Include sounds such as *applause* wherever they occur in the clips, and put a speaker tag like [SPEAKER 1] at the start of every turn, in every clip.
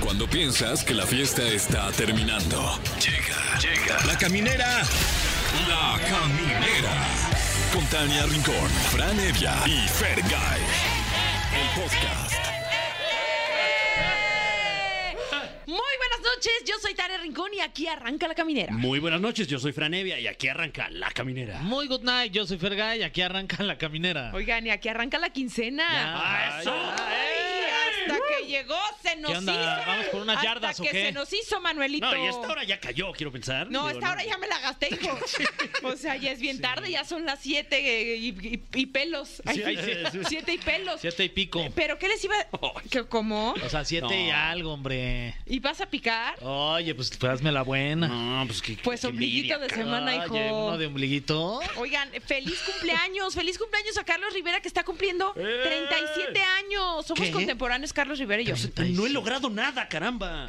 [SPEAKER 1] Cuando piensas que la fiesta está terminando. Llega, llega. La caminera. La caminera. Con Tania Rincón, Fran Evia y Fergay. El podcast.
[SPEAKER 2] Muy buenas noches, yo soy Tare Rincón y aquí arranca la caminera.
[SPEAKER 3] Muy buenas noches, yo soy Fran Evia y aquí arranca La Caminera.
[SPEAKER 4] Muy good night, yo soy Fergay y aquí arranca la caminera.
[SPEAKER 2] Oigan, y aquí arranca la
[SPEAKER 4] Ya.
[SPEAKER 2] quincena.
[SPEAKER 3] ¡Ah, eso!
[SPEAKER 5] ¡Eh!
[SPEAKER 3] ¡Eh!
[SPEAKER 2] Ay, hasta que llegó, se nos
[SPEAKER 4] ¿Qué onda?
[SPEAKER 2] hizo.
[SPEAKER 4] ¿Vamos por unas
[SPEAKER 2] hasta
[SPEAKER 4] yardas o
[SPEAKER 2] que
[SPEAKER 4] qué?
[SPEAKER 2] se nos hizo, Manuelito.
[SPEAKER 3] No, y esta hora ya cayó, quiero pensar.
[SPEAKER 2] No,
[SPEAKER 3] Digo,
[SPEAKER 2] esta hora ya me la gasté, hijo. O sea, ya es bien tarde, ya son las 7 y, y- y pelos.
[SPEAKER 3] Sí,
[SPEAKER 2] Ay,
[SPEAKER 3] sí, sí.
[SPEAKER 2] Siete y pelos.
[SPEAKER 4] Siete y pico.
[SPEAKER 2] Pero ¿qué les iba que ¿Cómo?
[SPEAKER 4] O sea, siete
[SPEAKER 3] No.
[SPEAKER 4] y algo, hombre.
[SPEAKER 2] ¿Y vas a picar?
[SPEAKER 4] Oye, pues hazme la buena.
[SPEAKER 3] No, pues que.
[SPEAKER 2] Pues
[SPEAKER 3] que
[SPEAKER 2] ombliguito
[SPEAKER 3] envidia,
[SPEAKER 2] de
[SPEAKER 3] ca-
[SPEAKER 2] semana,
[SPEAKER 4] Oye,
[SPEAKER 2] hijo.
[SPEAKER 4] uno de ombliguito.
[SPEAKER 2] Oigan, feliz cumpleaños, feliz cumpleaños a Carlos Rivera que está cumpliendo
[SPEAKER 3] ¡Eh!
[SPEAKER 2] 37 años. Somos
[SPEAKER 4] ¿Qué?
[SPEAKER 2] contemporáneos Carlos Rivera y yo.
[SPEAKER 3] No he logrado nada, caramba.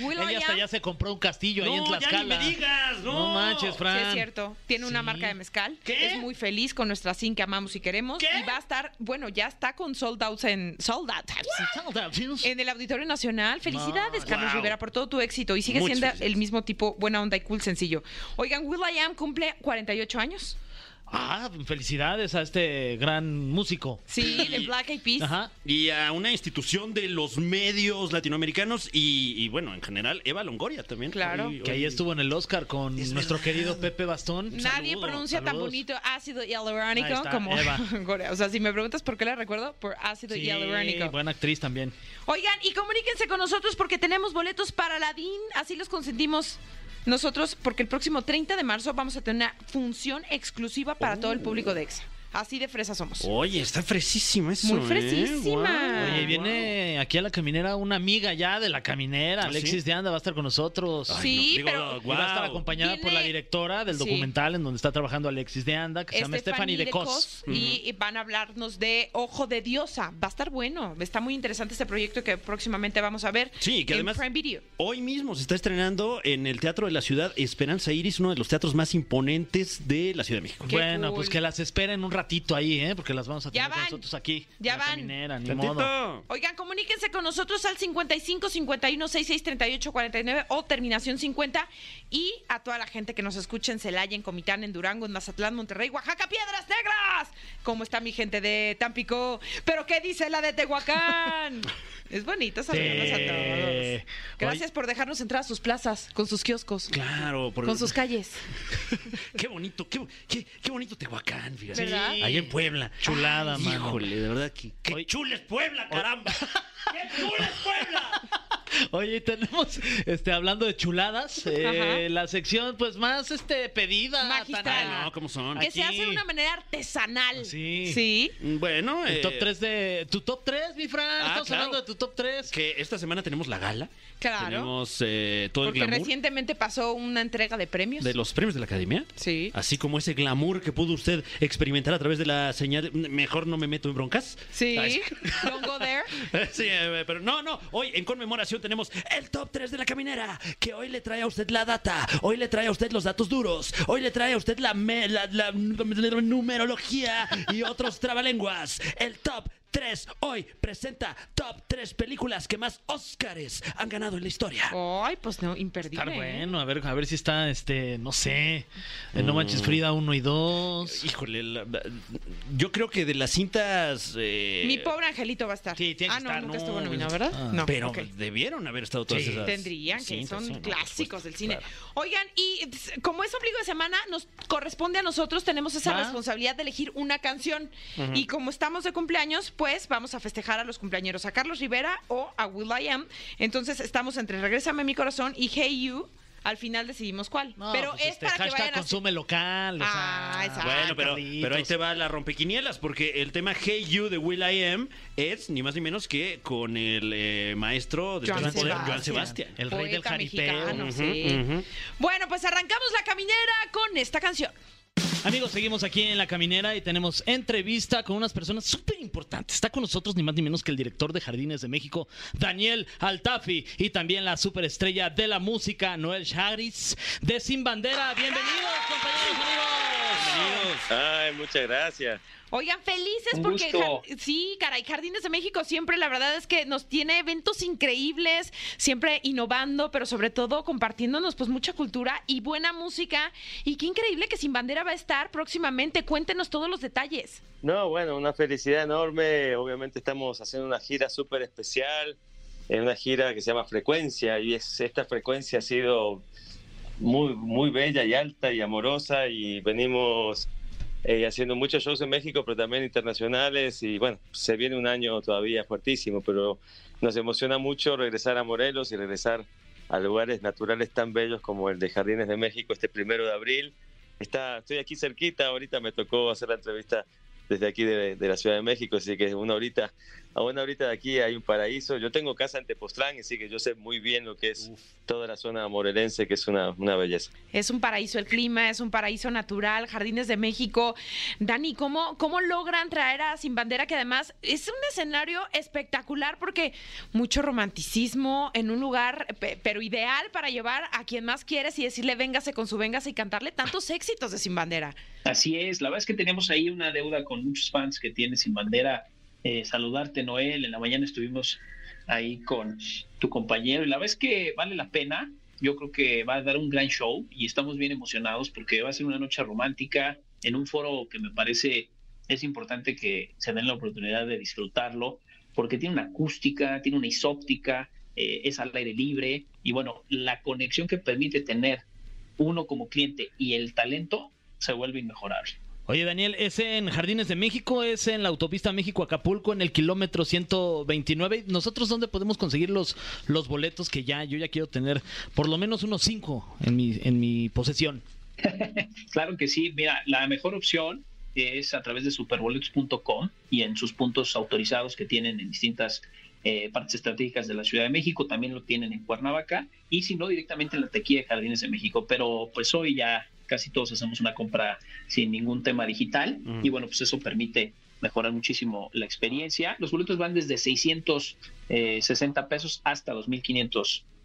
[SPEAKER 2] Will I
[SPEAKER 4] Ella hasta
[SPEAKER 2] Am,
[SPEAKER 4] ya se compró un castillo ahí en
[SPEAKER 3] no, ya ni
[SPEAKER 4] Tlaxcala.
[SPEAKER 3] me digas, no.
[SPEAKER 4] No manches, Fran.
[SPEAKER 2] Sí, es cierto. Tiene una
[SPEAKER 4] Sí.
[SPEAKER 2] marca de mezcal.
[SPEAKER 3] ¿Qué?
[SPEAKER 2] Es muy feliz con nuestra zinc que amamos y queremos.
[SPEAKER 3] ¿Qué?
[SPEAKER 2] Y va a estar, bueno, ya está con sold outs en sold out en el Auditorio Nacional. Felicidades,
[SPEAKER 4] No,
[SPEAKER 2] Carlos
[SPEAKER 3] wow.
[SPEAKER 2] Rivera, por todo tu éxito. Y sigue
[SPEAKER 3] Muchas
[SPEAKER 2] siendo
[SPEAKER 3] felicidades.
[SPEAKER 2] el mismo tipo, buena onda y cool, sencillo. Oigan, Will I Am cumple 48 años.
[SPEAKER 4] Ah, felicidades a este gran músico.
[SPEAKER 2] Sí, de Black Eyed Peas.
[SPEAKER 4] Ajá.
[SPEAKER 3] Y a una institución de los medios latinoamericanos y, y, bueno, en general, Eva Longoria también.
[SPEAKER 2] Claro.
[SPEAKER 3] Hoy-
[SPEAKER 4] Que
[SPEAKER 3] hoy-
[SPEAKER 4] ahí estuvo en el Oscar con
[SPEAKER 3] Es
[SPEAKER 4] nuestro
[SPEAKER 3] verdad.
[SPEAKER 4] querido Pepe Bastón.
[SPEAKER 2] Nadie
[SPEAKER 3] saludo,
[SPEAKER 2] pronuncia tan
[SPEAKER 4] saludos.
[SPEAKER 2] bonito ácido
[SPEAKER 4] Ahí
[SPEAKER 2] hialurónico
[SPEAKER 4] está,
[SPEAKER 2] como *laughs*
[SPEAKER 4] Eva.
[SPEAKER 2] Gorea. O sea, si me preguntas por qué la recuerdo, por ácido
[SPEAKER 4] Sí,
[SPEAKER 2] hialurónico.
[SPEAKER 4] buena actriz también.
[SPEAKER 2] Oigan, y comuníquense con nosotros porque tenemos boletos para la DIN. Así los consentimos nosotros porque el próximo 30 de marzo vamos a tener una función exclusiva para todo el público de EXA. Así de fresa somos.
[SPEAKER 4] Oh,
[SPEAKER 3] Oye, está fresísima eso.
[SPEAKER 2] Muy
[SPEAKER 3] ¿eh?
[SPEAKER 2] fresísima.
[SPEAKER 3] Guau.
[SPEAKER 4] Oye,
[SPEAKER 2] Ah,
[SPEAKER 4] y viene aquí a la caminera una amiga ya de la caminera,
[SPEAKER 3] ¿Ah, sí?
[SPEAKER 4] Alexis de Anda, va a estar con nosotros.
[SPEAKER 3] Ay,
[SPEAKER 2] Sí,
[SPEAKER 3] no, digo,
[SPEAKER 2] pero-
[SPEAKER 4] Y va a estar
[SPEAKER 3] guau.
[SPEAKER 4] acompañada por la
[SPEAKER 2] Viene-
[SPEAKER 4] directora del
[SPEAKER 2] Sí.
[SPEAKER 4] documental en donde está trabajando Alexis de Anda, que se llama Stephanie de Cos.
[SPEAKER 2] Cos, y, y van a hablarnos de Ojo de Diosa. Va a estar bueno. Está muy interesante este proyecto que próximamente vamos a ver
[SPEAKER 3] Sí, que
[SPEAKER 2] en
[SPEAKER 3] además-
[SPEAKER 2] Prime Video.
[SPEAKER 3] Hoy mismo se está estrenando en el Teatro de la Ciudad Esperanza Iris, uno de los teatros más imponentes de la Ciudad de México.
[SPEAKER 2] Qué
[SPEAKER 4] Bueno,
[SPEAKER 2] cool.
[SPEAKER 4] pues que las esperen un ratito ahí, ¿eh? Porque las vamos a
[SPEAKER 2] Ya
[SPEAKER 4] tener con
[SPEAKER 2] van.
[SPEAKER 4] nosotros aquí.
[SPEAKER 2] Ya
[SPEAKER 4] en la
[SPEAKER 2] van.
[SPEAKER 4] caminera, ni
[SPEAKER 3] Tantito.
[SPEAKER 4] modo.
[SPEAKER 2] Oigan, comuníquense con nosotros al 55 51 66 38 49 o terminación 50 y a toda la gente que nos escucha en Celaya, en Comitán, en Durango, en Mazatlán, Monterrey, Oaxaca, Piedras Negras. ¿Cómo está mi gente de Tampico? ¿Pero qué dice la de
[SPEAKER 3] *laughs*
[SPEAKER 2] Tehuacán? es bonito saludarlos
[SPEAKER 4] Sí.
[SPEAKER 2] a todos. Gracias
[SPEAKER 4] Oye.
[SPEAKER 2] por dejarnos entrar a sus plazas, con sus kioscos,
[SPEAKER 3] Claro, por-
[SPEAKER 2] con sus calles.
[SPEAKER 3] qué bonito, qué, qué, qué bonito Tehuacán, fíjate.
[SPEAKER 2] ¿Verdad?
[SPEAKER 3] Allá en Puebla.
[SPEAKER 4] Chulada,
[SPEAKER 3] Ay,
[SPEAKER 4] mano.
[SPEAKER 3] Híjole, de verdad que qué
[SPEAKER 4] Oye.
[SPEAKER 3] chula es Puebla, *laughs* caramba. ¡Qué chula es Puebla!
[SPEAKER 4] Oye, y tenemos, este, hablando de chuladas,
[SPEAKER 2] *laughs*
[SPEAKER 4] eh,
[SPEAKER 2] Ajá.
[SPEAKER 4] la sección, pues, más, este, pedida.
[SPEAKER 2] *laughs* Magistral.
[SPEAKER 4] Tania.
[SPEAKER 3] Ah, no, ¿cómo son? Ah,
[SPEAKER 2] Que
[SPEAKER 4] Aquí.
[SPEAKER 2] se hace de una manera artesanal.
[SPEAKER 4] Sí.
[SPEAKER 2] Sí.
[SPEAKER 3] Bueno,
[SPEAKER 4] El
[SPEAKER 3] eh,
[SPEAKER 4] top 3 de... ¿Tu top 3, mi Fran?
[SPEAKER 3] Ah,
[SPEAKER 4] Estamos
[SPEAKER 3] claro.
[SPEAKER 4] hablando de tu top 3.
[SPEAKER 3] que esta semana tenemos la gala.
[SPEAKER 2] Claro.
[SPEAKER 3] Tenemos eh, todo
[SPEAKER 2] Porque
[SPEAKER 3] el glamour
[SPEAKER 2] recientemente pasó una entrega de premios.
[SPEAKER 3] de los premios de la academia.
[SPEAKER 2] Sí.
[SPEAKER 3] Así como ese glamour que pudo usted experimentar a través de la señal. Mejor no me meto en broncas.
[SPEAKER 2] Sí.
[SPEAKER 3] Ay,
[SPEAKER 2] Don't go there.
[SPEAKER 3] *laughs* Sí, eh, pero no, no. Hoy en conmemoración tenemos el top 3 de la caminera, que hoy le trae a usted la data, hoy le trae a usted los datos duros, hoy le trae a usted la, me- la- la- la numerología y otros *laughs* trabalenguas. El top 3 hoy presenta top 3 películas que más Óscares han ganado en la historia.
[SPEAKER 2] Ay, pues no, imperdible.
[SPEAKER 4] Estar
[SPEAKER 2] ¿eh?
[SPEAKER 4] bueno, a ver, a ver si está, este, no sé, eh, No
[SPEAKER 3] Mm.
[SPEAKER 4] Manches Frida 1 y 2.
[SPEAKER 3] Híjole, la- la- yo creo que de las cintas... eh,
[SPEAKER 2] Mi pobre angelito va a estar.
[SPEAKER 3] Sí, tiene
[SPEAKER 2] ah,
[SPEAKER 3] que
[SPEAKER 2] no,
[SPEAKER 3] estar,
[SPEAKER 2] nunca
[SPEAKER 3] no,
[SPEAKER 2] estuvo nominado,
[SPEAKER 3] pues,
[SPEAKER 2] ¿verdad?
[SPEAKER 4] ah,
[SPEAKER 2] no.
[SPEAKER 3] Pero
[SPEAKER 2] ok.
[SPEAKER 3] debieron haber estado todas
[SPEAKER 4] Sí.
[SPEAKER 3] esas.
[SPEAKER 2] Tendrían que,
[SPEAKER 3] cintas,
[SPEAKER 2] son
[SPEAKER 3] sí, no, por
[SPEAKER 2] clásicos
[SPEAKER 3] supuesto.
[SPEAKER 2] del cine.
[SPEAKER 3] Claro.
[SPEAKER 2] Oigan, y ps, como es ombligo de semana, nos corresponde a nosotros, tenemos esa
[SPEAKER 4] Ah.
[SPEAKER 2] responsabilidad de elegir una canción. Y como estamos de cumpleaños, pues vamos a festejar a los cumpleañeros, a Carlos Rivera o a Will I Am. Entonces estamos entre Regrésame mi corazón y Hey You. Al final decidimos cuál.
[SPEAKER 4] No,
[SPEAKER 2] Pero
[SPEAKER 4] pues,
[SPEAKER 2] es
[SPEAKER 4] este,
[SPEAKER 2] para que
[SPEAKER 4] hashtag
[SPEAKER 2] vayan a...
[SPEAKER 4] consume local. o sea,
[SPEAKER 2] Ah, exacto.
[SPEAKER 3] Bueno, pero,
[SPEAKER 4] Carlitos.
[SPEAKER 3] pero ahí te va la rompequinielas, porque el tema Hey You de Will I Am es ni más ni menos que con el eh, maestro del
[SPEAKER 2] Joan
[SPEAKER 3] Gran poder,
[SPEAKER 2] Sebastián.
[SPEAKER 3] Joan Sebastián.
[SPEAKER 4] El rey del
[SPEAKER 2] Poeta
[SPEAKER 4] jaripeo.
[SPEAKER 2] mexicano,
[SPEAKER 3] Ujú,
[SPEAKER 2] sí.
[SPEAKER 3] ujú.
[SPEAKER 2] Bueno, pues arrancamos la caminera con esta canción.
[SPEAKER 4] Amigos, seguimos aquí en La Caminera y tenemos entrevista con unas personas súper importantes. Está con nosotros ni más ni menos que el director de Jardines de México, Daniel Altafi, y también la superestrella de la música, Noel Charis, de Sin Bandera. Bienvenidos, compañeros amigos.
[SPEAKER 3] bienvenidos.
[SPEAKER 6] Ay, muchas gracias.
[SPEAKER 2] Oigan, felices
[SPEAKER 7] Un
[SPEAKER 2] porque
[SPEAKER 7] gusto.
[SPEAKER 2] Jar- sí, caray, Jardines de México siempre la verdad es que nos tiene eventos increíbles, siempre innovando, pero sobre todo compartiéndonos pues mucha cultura y buena música. Y qué increíble que Sin Bandera va a estar próximamente. Cuéntenos todos los detalles.
[SPEAKER 6] No, bueno, una felicidad enorme. Obviamente estamos haciendo una gira súper especial, es una gira que se llama Frecuencia y es, esta frecuencia ha sido muy, muy bella y alta y amorosa y venimos eh, haciendo muchos shows en México, pero también internacionales y bueno, se viene un año todavía fuertísimo, pero nos emociona mucho regresar a Morelos y regresar a lugares naturales tan bellos como el de Jardines de México este primero de abril. Está, estoy aquí cerquita, ahorita me tocó hacer la entrevista desde aquí de, de la Ciudad de México, así que una horita, a una horita de aquí hay un paraíso. Yo tengo casa en Tepoztlán, así que yo sé muy bien lo que es toda la zona morelense, que es una, una belleza.
[SPEAKER 2] Es un paraíso el clima, es un paraíso natural, Jardines de México. Dani, ¿cómo, cómo logran traer a Sin Bandera? Que además es un escenario espectacular porque mucho romanticismo en un lugar, pe- pero ideal para llevar a quien más quieres y decirle véngase con su véngase y cantarle tantos éxitos de Sin Bandera.
[SPEAKER 7] Así es, la verdad es que tenemos ahí una deuda con muchos fans que tiene Sin Bandera. Eh, saludarte, Noel. En la mañana estuvimos ahí con tu compañero y la verdad es que vale la pena. Yo creo que va a dar un gran show y estamos bien emocionados porque va a ser una noche romántica en un foro que me parece es importante que se den la oportunidad de disfrutarlo porque tiene una acústica, tiene una isóptica, eh, es al aire libre y bueno, la conexión que permite tener uno como cliente y el talento se vuelve inmejorable.
[SPEAKER 4] Oye, Daniel, ¿es en Jardines de México? ¿Es en la autopista México-Acapulco, en el kilómetro 129? ¿Nosotros dónde podemos conseguir los, los boletos que ya yo ya quiero tener por lo menos unos cinco en mi, en mi posesión?
[SPEAKER 7] Claro que sí, mira, la mejor opción es a través de superboletos.com y en sus puntos autorizados que tienen en distintas eh, partes estratégicas de la Ciudad de México, también lo tienen en Cuernavaca y si no directamente en la taquilla de Jardines de México, pero pues hoy ya casi todos hacemos una compra sin ningún tema digital y bueno, pues eso permite mejorar muchísimo la experiencia. Los boletos van desde 660 eh, pesos hasta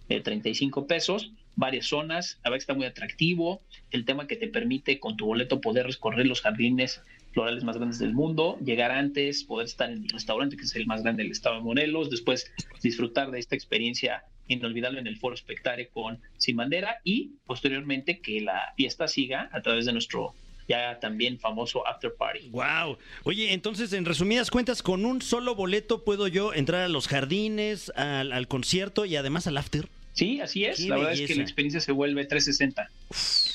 [SPEAKER 7] eh, 2.535 pesos, varias zonas, la verdad que está muy atractivo, el tema que te permite con tu boleto poder recorrer los jardines florales más grandes del mundo, llegar antes, poder estar en el restaurante que es el más grande del estado de Morelos, después disfrutar de esta experiencia inolvidable en el Foro Spectare con Sin Bandera y posteriormente que la fiesta siga a través de nuestro ya también famoso After Party.
[SPEAKER 3] Wow. Oye, entonces, en resumidas cuentas, con un solo boleto puedo yo entrar a los jardines, al, al concierto y además al after.
[SPEAKER 7] Sí, así es,
[SPEAKER 3] Qué
[SPEAKER 7] la verdad es que
[SPEAKER 3] belleza.
[SPEAKER 7] la experiencia se vuelve 360.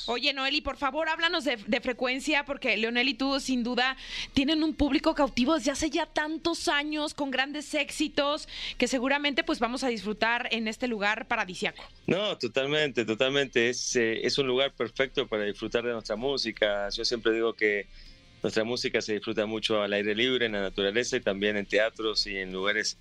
[SPEAKER 2] Oye, Noeli, por favor, háblanos de, de frecuencia, porque Leonel y tú, sin duda, tienen un público cautivo desde hace ya tantos años, con grandes éxitos, que seguramente pues vamos a disfrutar en este lugar paradisiaco.
[SPEAKER 6] No, totalmente, totalmente. Es, eh, es un lugar perfecto para disfrutar de nuestra música. Yo siempre digo que nuestra música se disfruta mucho al aire libre, en la naturaleza y también en teatros y en lugares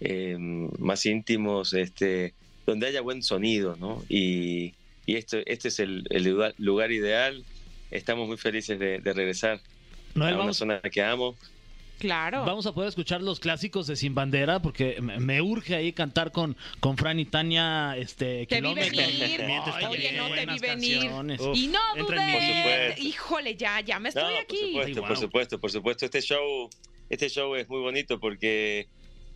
[SPEAKER 6] eh, más íntimos, este, donde haya buen sonido, ¿no? Y, y esto, este es el, el lugar, lugar ideal. Estamos muy felices de, de regresar
[SPEAKER 4] Noel,
[SPEAKER 6] a una
[SPEAKER 4] vamos,
[SPEAKER 6] zona que amo.
[SPEAKER 2] Claro.
[SPEAKER 4] Vamos a poder escuchar los clásicos de Sin Bandera porque me me urge ahí cantar con, con Fran y Tania este,
[SPEAKER 2] Te vi
[SPEAKER 4] Kilómetro.
[SPEAKER 2] venir.
[SPEAKER 4] Mientes
[SPEAKER 2] Oye,
[SPEAKER 4] también,
[SPEAKER 2] no, te vi
[SPEAKER 4] buenas
[SPEAKER 2] venir.
[SPEAKER 4] canciones.
[SPEAKER 3] Uf.
[SPEAKER 2] y no
[SPEAKER 3] entra en mí. Por
[SPEAKER 2] dudé.
[SPEAKER 6] supuesto.
[SPEAKER 2] Híjole, ya, ya me
[SPEAKER 6] No,
[SPEAKER 2] estoy aquí.
[SPEAKER 6] Por supuesto,
[SPEAKER 4] Ay,
[SPEAKER 6] por
[SPEAKER 4] wow.
[SPEAKER 6] supuesto, por supuesto. Este show, este show es muy bonito porque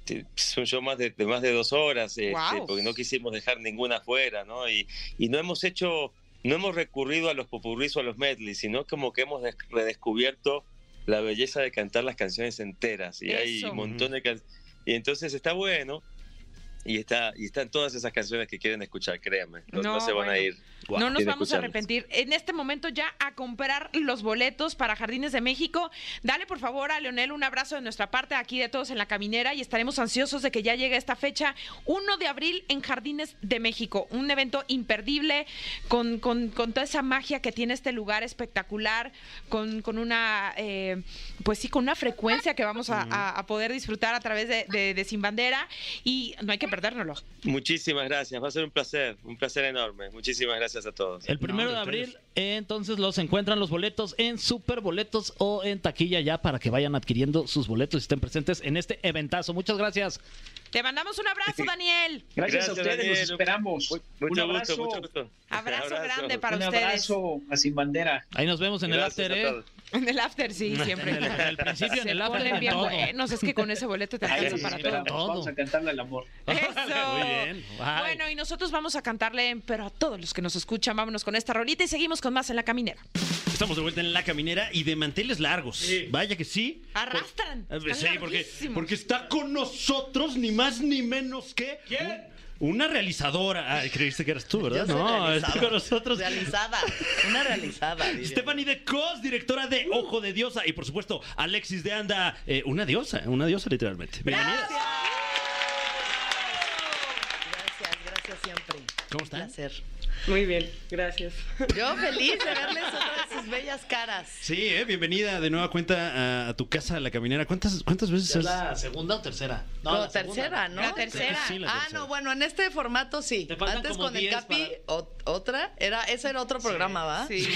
[SPEAKER 6] te- es un show más de, de más de dos horas, este,
[SPEAKER 2] Wow.
[SPEAKER 6] porque no quisimos dejar ninguna afuera, ¿no? Y, y no hemos hecho, no hemos recurrido a los popurrís o a los medleys, sino como que hemos des- redescubierto la belleza de cantar las canciones enteras. Y hay
[SPEAKER 2] Eso.
[SPEAKER 6] un montón de canciones. Y entonces está bueno. Y, está, y están todas esas canciones que quieren escuchar, créanme. No, no
[SPEAKER 2] No,
[SPEAKER 6] se van a
[SPEAKER 2] bueno.
[SPEAKER 6] ir.
[SPEAKER 2] No nos
[SPEAKER 6] Sin
[SPEAKER 2] vamos
[SPEAKER 6] escucharnos.
[SPEAKER 2] a arrepentir. En este momento ya a comprar los boletos para Jardines de México. Dale por favor a Leonel un abrazo de nuestra parte aquí de todos en la caminera y estaremos ansiosos de que ya llegue esta fecha 1 de abril en Jardines de México. Un evento imperdible con, con- con toda esa magia que tiene este lugar espectacular, con, con una, eh, pues sí, con una frecuencia que vamos a, a- a poder disfrutar a través de, de- de Sin Bandera y no hay que perdérnoslo.
[SPEAKER 6] Muchísimas gracias. Va a ser un placer, un placer enorme. Muchísimas gracias a todos.
[SPEAKER 4] El primero de
[SPEAKER 3] No, hombre,
[SPEAKER 4] abril, entonces los encuentran los boletos en Superboletos o en taquilla ya para que vayan adquiriendo sus boletos y estén presentes en este eventazo. Muchas gracias.
[SPEAKER 2] Te mandamos un abrazo, Daniel.
[SPEAKER 6] Gracias,
[SPEAKER 7] Gracias, a ustedes,
[SPEAKER 6] Daniel.
[SPEAKER 7] los esperamos.
[SPEAKER 6] Mu- Mucho
[SPEAKER 7] un abrazo,
[SPEAKER 6] gusto, mucho gusto.
[SPEAKER 2] Abrazo, grande para
[SPEAKER 7] un
[SPEAKER 2] ustedes.
[SPEAKER 7] abrazo a Sin Bandera.
[SPEAKER 4] Ahí nos vemos en
[SPEAKER 6] Gracias
[SPEAKER 4] el
[SPEAKER 6] a
[SPEAKER 4] after, ¿eh?
[SPEAKER 6] todos.
[SPEAKER 2] En el after, sí, siempre.
[SPEAKER 4] En el- en el principio, en
[SPEAKER 2] Se
[SPEAKER 4] el after,
[SPEAKER 2] ponen
[SPEAKER 4] en
[SPEAKER 2] bien
[SPEAKER 4] todo.
[SPEAKER 2] buenos, es que con ese boleto
[SPEAKER 4] *laughs*
[SPEAKER 2] te
[SPEAKER 7] Ahí
[SPEAKER 2] alcanza
[SPEAKER 7] les
[SPEAKER 2] para todo.
[SPEAKER 7] esperamos.
[SPEAKER 4] todo.
[SPEAKER 7] Vamos a cantarle el amor.
[SPEAKER 2] Eso.
[SPEAKER 4] Muy bien. Bye.
[SPEAKER 2] Bueno, y nosotros vamos a cantarle, pero a todos los que nos escuchan, vámonos con esta rolita y seguimos con más en la caminera.
[SPEAKER 3] Estamos de vuelta en la caminera y de manteles largos. Vaya que sí.
[SPEAKER 2] Arrastran.
[SPEAKER 3] Por- eh,
[SPEAKER 2] están
[SPEAKER 3] sí, porque,
[SPEAKER 2] larguísimos.
[SPEAKER 3] porque está con nosotros ni más ni menos que. un- Una realizadora. Ah, creíste que eras tú, ¿verdad?
[SPEAKER 8] *laughs* Yo soy
[SPEAKER 3] No,
[SPEAKER 8] realizada.
[SPEAKER 3] está con nosotros.
[SPEAKER 8] Realizada. Una realizada. diría. Uh.
[SPEAKER 3] Stephanie de Cos, directora de Ojo de Diosa. Y por supuesto, Alexis de Anda, eh, una diosa, una diosa literalmente. Bienvenida.
[SPEAKER 8] Gracias, gracias siempre.
[SPEAKER 3] ¿Cómo
[SPEAKER 8] Un
[SPEAKER 3] estás?
[SPEAKER 8] placer.
[SPEAKER 9] Muy bien, gracias.
[SPEAKER 8] Yo feliz de verles otra de sus bellas caras.
[SPEAKER 3] Sí, eh, bienvenida de nueva cuenta a, a tu casa, a la caminera. ¿Cuántas, cuántas veces
[SPEAKER 4] ¿Es
[SPEAKER 3] has-
[SPEAKER 4] la segunda o tercera? No,
[SPEAKER 8] No,
[SPEAKER 4] la segunda.
[SPEAKER 8] tercera, ¿no?
[SPEAKER 2] La tercera.
[SPEAKER 3] Sí, la
[SPEAKER 8] ah,
[SPEAKER 3] tercera.
[SPEAKER 8] no, bueno, en este formato sí.
[SPEAKER 4] Te faltan
[SPEAKER 8] Antes
[SPEAKER 4] como
[SPEAKER 8] con el
[SPEAKER 4] 10
[SPEAKER 8] Capi, ot- otra. Era, ese era otro programa, ¿va?
[SPEAKER 2] Sí.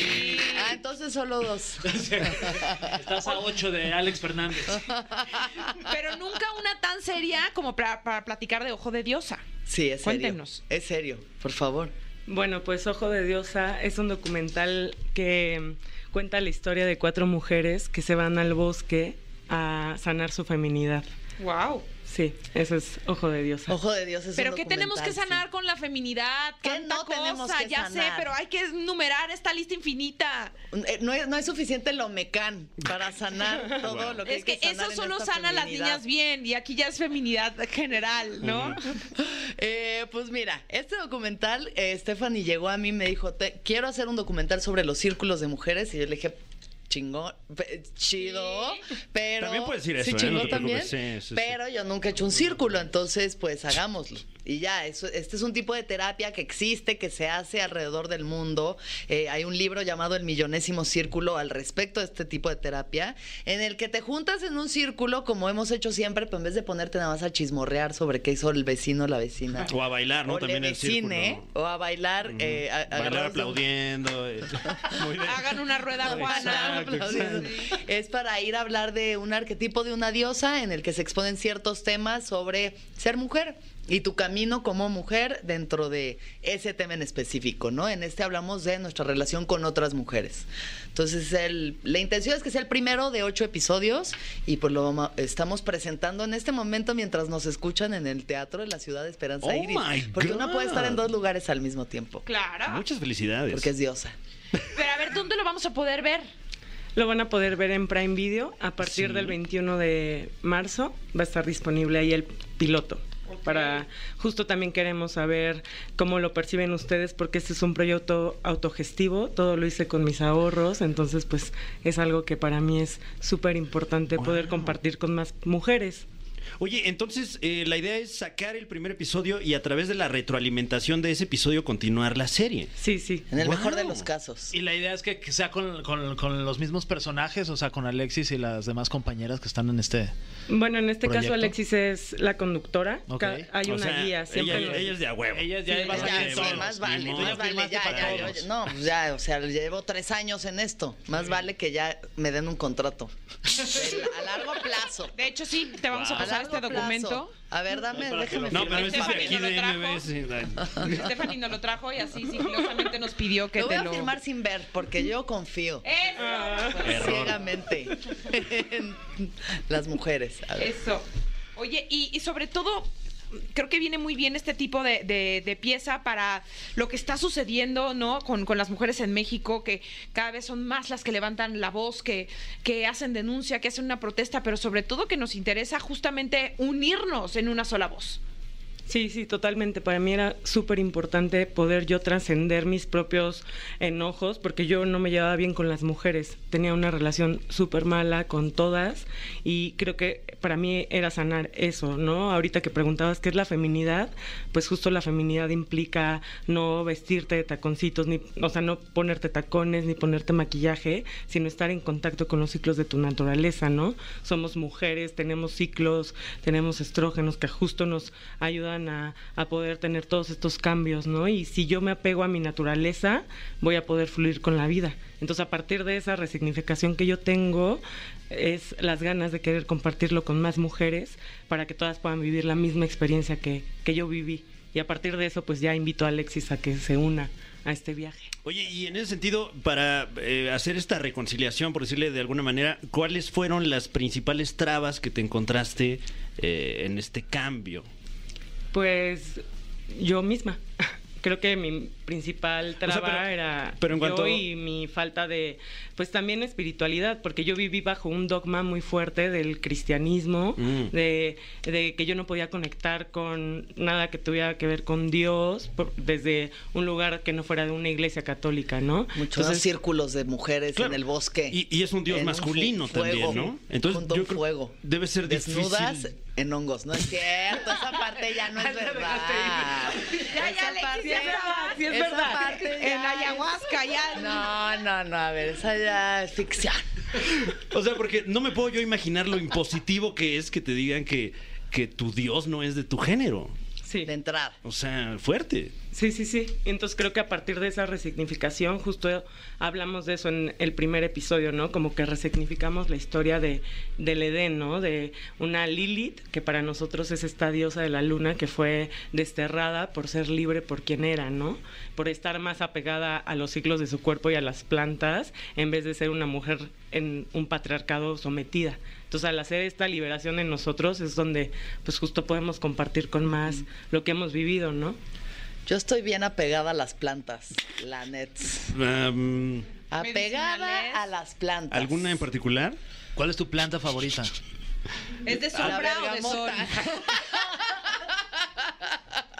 [SPEAKER 8] Ah, entonces solo dos.
[SPEAKER 4] Estás a 8 de Alex Fernández.
[SPEAKER 8] Ah,
[SPEAKER 2] Pero nunca una tan seria como pra- para platicar de ojo de diosa.
[SPEAKER 8] Sí, es serio.
[SPEAKER 2] Cuéntenos.
[SPEAKER 8] Es serio, por favor.
[SPEAKER 9] Bueno, pues Ojo de Diosa es un documental que mm, cuenta la historia de cuatro mujeres que se van al bosque a sanar su feminidad.
[SPEAKER 2] Wow.
[SPEAKER 9] Sí, eso es Ojo de Diosa.
[SPEAKER 8] Ojo de Dios, es un
[SPEAKER 2] Pero ¿qué tenemos que
[SPEAKER 8] documental,
[SPEAKER 2] sanar
[SPEAKER 8] sí.
[SPEAKER 2] con la feminidad?
[SPEAKER 8] ¿Qué
[SPEAKER 2] Tanta
[SPEAKER 8] no
[SPEAKER 2] cosa,
[SPEAKER 8] tenemos que
[SPEAKER 2] ya sé,
[SPEAKER 8] sanar?
[SPEAKER 2] pero hay que numerar esta lista infinita.
[SPEAKER 8] Eh, No es, no es suficiente lo mecán para sanar todo lo que
[SPEAKER 2] Es que, eso
[SPEAKER 8] eso
[SPEAKER 2] solo sana a las niñas bien y aquí ya es feminidad general, ¿no?
[SPEAKER 8] *laughs* Eh, pues mira, este documental, eh, Stephanie llegó a mí y me dijo, "Te- quiero hacer un documental sobre los círculos de mujeres. Y yo le dije, chingón, pe- chido, pero...
[SPEAKER 3] También puedes decir eso,
[SPEAKER 8] Sí,
[SPEAKER 3] ¿eh?
[SPEAKER 8] chingón
[SPEAKER 3] No te
[SPEAKER 8] también.
[SPEAKER 3] preocupes. Sí, sí, sí.
[SPEAKER 8] Pero yo nunca he hecho un círculo, entonces pues hagámoslo. Y ya, eso, este es un tipo de terapia que existe, que se hace alrededor del mundo. Eh, hay un libro llamado El Millonésimo Círculo al respecto de este tipo de terapia, en el que te juntas en un círculo, como hemos hecho siempre, pero en vez de ponerte nada más a chismorrear sobre qué hizo el vecino o la vecina.
[SPEAKER 3] O a bailar, ¿no?
[SPEAKER 8] O
[SPEAKER 3] También
[SPEAKER 8] le
[SPEAKER 3] el círculo.
[SPEAKER 8] vecine, o a bailar, eh, a-
[SPEAKER 3] Bailar
[SPEAKER 8] agarrados de un-
[SPEAKER 3] aplaudiendo.
[SPEAKER 8] *laughs*
[SPEAKER 3] eh. Muy bien.
[SPEAKER 2] Hagan una rueda juana.
[SPEAKER 3] Exacto,
[SPEAKER 8] aplaudiendo. Es para ir a hablar de un arquetipo de una diosa en el que se exponen ciertos temas sobre ser mujer y tu camino como mujer dentro de ese tema en específico, ¿no? En este hablamos de nuestra relación con otras mujeres. Entonces, el- la intención es que sea el primero de ocho episodios y pues lo vamos- estamos presentando en este momento mientras nos escuchan en el Teatro de la Ciudad de Esperanza
[SPEAKER 3] Oh
[SPEAKER 8] Iris.
[SPEAKER 3] my
[SPEAKER 8] Porque uno puede estar en
[SPEAKER 3] God.
[SPEAKER 8] dos lugares al mismo tiempo,
[SPEAKER 2] Claro.
[SPEAKER 3] Muchas felicidades.
[SPEAKER 8] porque es diosa.
[SPEAKER 2] Pero a ver, ¿dónde lo vamos a poder ver?
[SPEAKER 9] Lo van a poder ver en Prime Video a partir
[SPEAKER 3] Sí.
[SPEAKER 9] del 21 de marzo. Va a estar disponible ahí el piloto. Para justo también queremos saber cómo lo perciben ustedes porque este es un proyecto autogestivo, todo lo hice con mis ahorros, entonces pues es algo que para mí es súper importante poder compartir con más mujeres.
[SPEAKER 3] Oye, entonces eh, la idea es sacar el primer episodio y a través de la retroalimentación de ese episodio continuar la serie.
[SPEAKER 9] Sí, sí.
[SPEAKER 8] En el
[SPEAKER 3] Wow.
[SPEAKER 8] mejor de los casos.
[SPEAKER 4] Y la idea es que, que sea con, con- con los mismos personajes, o sea, con Alexis y las demás compañeras que están en este...
[SPEAKER 9] Bueno, en este
[SPEAKER 4] ¿Proyecto?
[SPEAKER 9] caso Alexis es la conductora,
[SPEAKER 4] Ok.
[SPEAKER 9] Ca- hay
[SPEAKER 3] O
[SPEAKER 9] una
[SPEAKER 3] sea,
[SPEAKER 9] guía, siempre
[SPEAKER 3] Ella,
[SPEAKER 9] nos-
[SPEAKER 3] ella es de a huevo.
[SPEAKER 4] Ellas ya
[SPEAKER 8] Sí,
[SPEAKER 4] van a
[SPEAKER 8] ya,
[SPEAKER 4] ser
[SPEAKER 8] sí,
[SPEAKER 4] todos,
[SPEAKER 8] más
[SPEAKER 4] ni
[SPEAKER 8] vale,
[SPEAKER 4] modo.
[SPEAKER 8] más vale,
[SPEAKER 4] firmaste
[SPEAKER 8] ya,
[SPEAKER 4] para
[SPEAKER 8] ya,
[SPEAKER 4] todos.
[SPEAKER 8] yo- no, pues ya, o sea, llevo tres años en esto, más vale que ya me den un contrato a largo plazo.
[SPEAKER 2] De hecho, sí, te vamos a
[SPEAKER 8] A
[SPEAKER 2] pasar
[SPEAKER 8] largo
[SPEAKER 2] este documento.
[SPEAKER 8] plazo. A ver, dame, déjame
[SPEAKER 3] No, pero
[SPEAKER 8] firmar esta
[SPEAKER 3] ese es de
[SPEAKER 2] Stephanie
[SPEAKER 3] aquí
[SPEAKER 2] no lo trajo.
[SPEAKER 3] de MBS.
[SPEAKER 2] Stephanie nos lo trajo y así sigilosamente nos pidió que
[SPEAKER 8] lo voy
[SPEAKER 2] te
[SPEAKER 8] a
[SPEAKER 2] lo.
[SPEAKER 8] firmar sin ver, porque
[SPEAKER 2] *laughs*
[SPEAKER 8] yo confío
[SPEAKER 9] Ah.
[SPEAKER 2] Eso.
[SPEAKER 3] Error.
[SPEAKER 8] ciegamente en las mujeres. A ver.
[SPEAKER 2] Eso. Oye, y, y sobre todo, creo que viene muy bien este tipo de, de- de pieza para lo que está sucediendo, ¿no? Con, con las mujeres en México, que cada vez son más las que levantan la voz, que, que hacen denuncia, que hacen una protesta, pero sobre todo que nos interesa justamente unirnos en una sola voz.
[SPEAKER 9] Sí, sí, totalmente. Para mí era súper importante poder yo trascender mis propios enojos, porque yo no me llevaba bien con las mujeres. Tenía una relación súper mala con todas y creo que para mí era sanar eso, ¿no? Ahorita que preguntabas qué es la feminidad, pues justo la feminidad implica no vestirte de taconcitos, ni, o sea, no ponerte tacones, ni ponerte maquillaje, sino estar en contacto con los ciclos de tu naturaleza, ¿no? Somos mujeres, tenemos ciclos, tenemos estrógenos que justo nos ayudan ayudan a, a poder tener todos estos cambios, ¿no? Y si yo me apego a mi naturaleza, voy a poder fluir con la vida. Entonces, a partir de esa resignificación que yo tengo, es las ganas de querer compartirlo con más mujeres para que todas puedan vivir la misma experiencia que, que yo viví. Y a partir de eso, pues ya invito a Alexis a que se una a este viaje.
[SPEAKER 5] Oye, y en ese sentido, para eh, hacer esta reconciliación, por decirle de alguna manera, ¿cuáles fueron las principales trabas que te encontraste eh, en este cambio?
[SPEAKER 9] Pues yo misma. *laughs* Creo que mi principal
[SPEAKER 5] sea,
[SPEAKER 9] traba
[SPEAKER 5] pero-
[SPEAKER 9] era
[SPEAKER 5] pero en cuanto-
[SPEAKER 9] yo y mi falta de, pues también espiritualidad, porque yo viví bajo un dogma muy fuerte del cristianismo,
[SPEAKER 5] Mm.
[SPEAKER 9] de, de que yo no podía conectar con nada que tuviera que ver con Dios por- desde un lugar que no fuera de una iglesia católica, ¿no?
[SPEAKER 8] Muchos
[SPEAKER 9] Entonces,
[SPEAKER 8] círculos de mujeres
[SPEAKER 5] Claro.
[SPEAKER 8] en el bosque.
[SPEAKER 5] Y, y es un dios
[SPEAKER 8] En
[SPEAKER 5] masculino
[SPEAKER 8] fu- fuego,
[SPEAKER 5] también, ¿no?
[SPEAKER 8] junto a
[SPEAKER 5] yo
[SPEAKER 8] un
[SPEAKER 5] creo
[SPEAKER 8] fuego.
[SPEAKER 5] debe ser difícil.
[SPEAKER 8] Desnudas en hongos. No es cierto, esa parte ya no es verdad.
[SPEAKER 2] Ya, ya,
[SPEAKER 8] Esa
[SPEAKER 2] Alexis,
[SPEAKER 8] parte-
[SPEAKER 2] ya es verdad, sí es
[SPEAKER 8] esa
[SPEAKER 2] verdad.
[SPEAKER 8] parte
[SPEAKER 2] En
[SPEAKER 8] ya es-
[SPEAKER 2] ayahuasca, ya.
[SPEAKER 8] No, no, no, a ver, esa ya es ficción.
[SPEAKER 5] O sea, porque no me puedo yo imaginar lo impositivo que es que te digan que, que tu dios no es de tu género.
[SPEAKER 9] sí.
[SPEAKER 8] De entrada.
[SPEAKER 5] O sea, fuerte.
[SPEAKER 9] Sí, sí, sí. Entonces creo que a partir de esa resignificación, justo hablamos de eso en el primer episodio, ¿no? Como que resignificamos la historia de, del Edén, ¿no? De una Lilith, que para nosotros es esta diosa de la luna que fue desterrada por ser libre por quien era, ¿no? Por estar más apegada a los ciclos de su cuerpo y a las plantas, en vez de ser una mujer en un patriarcado sometida. Entonces, al hacer esta liberación en nosotros es donde, pues justo podemos compartir con más lo que hemos vivido, ¿no?
[SPEAKER 8] Yo estoy bien apegada a las plantas, la nets.
[SPEAKER 5] Um,
[SPEAKER 2] Medicinales.
[SPEAKER 8] Apegada a las plantas.
[SPEAKER 5] ¿Alguna en particular?
[SPEAKER 4] ¿Cuál es tu planta favorita?
[SPEAKER 2] ¿Es de
[SPEAKER 8] La
[SPEAKER 2] sombra o de sol?
[SPEAKER 8] bergamota.
[SPEAKER 2] *laughs*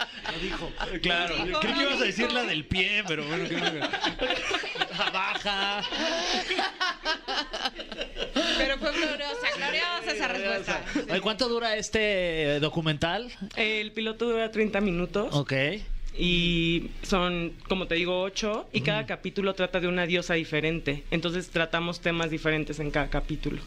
[SPEAKER 5] Claro,
[SPEAKER 2] Dijo,
[SPEAKER 5] creo que
[SPEAKER 2] no
[SPEAKER 5] ibas a decir
[SPEAKER 2] dijo.
[SPEAKER 5] la del pie,
[SPEAKER 8] *laughs*
[SPEAKER 5] pero bueno, qué bueno que- La baja.
[SPEAKER 2] Pero fue gloriosa, gloriosa esa respuesta.
[SPEAKER 4] Oye, ¿Cuánto dura este eh, documental?
[SPEAKER 9] El piloto dura 30 minutos
[SPEAKER 4] Ok.
[SPEAKER 9] y son, como te digo, ocho y cada capítulo trata de una diosa diferente. Entonces tratamos temas diferentes en cada capítulo.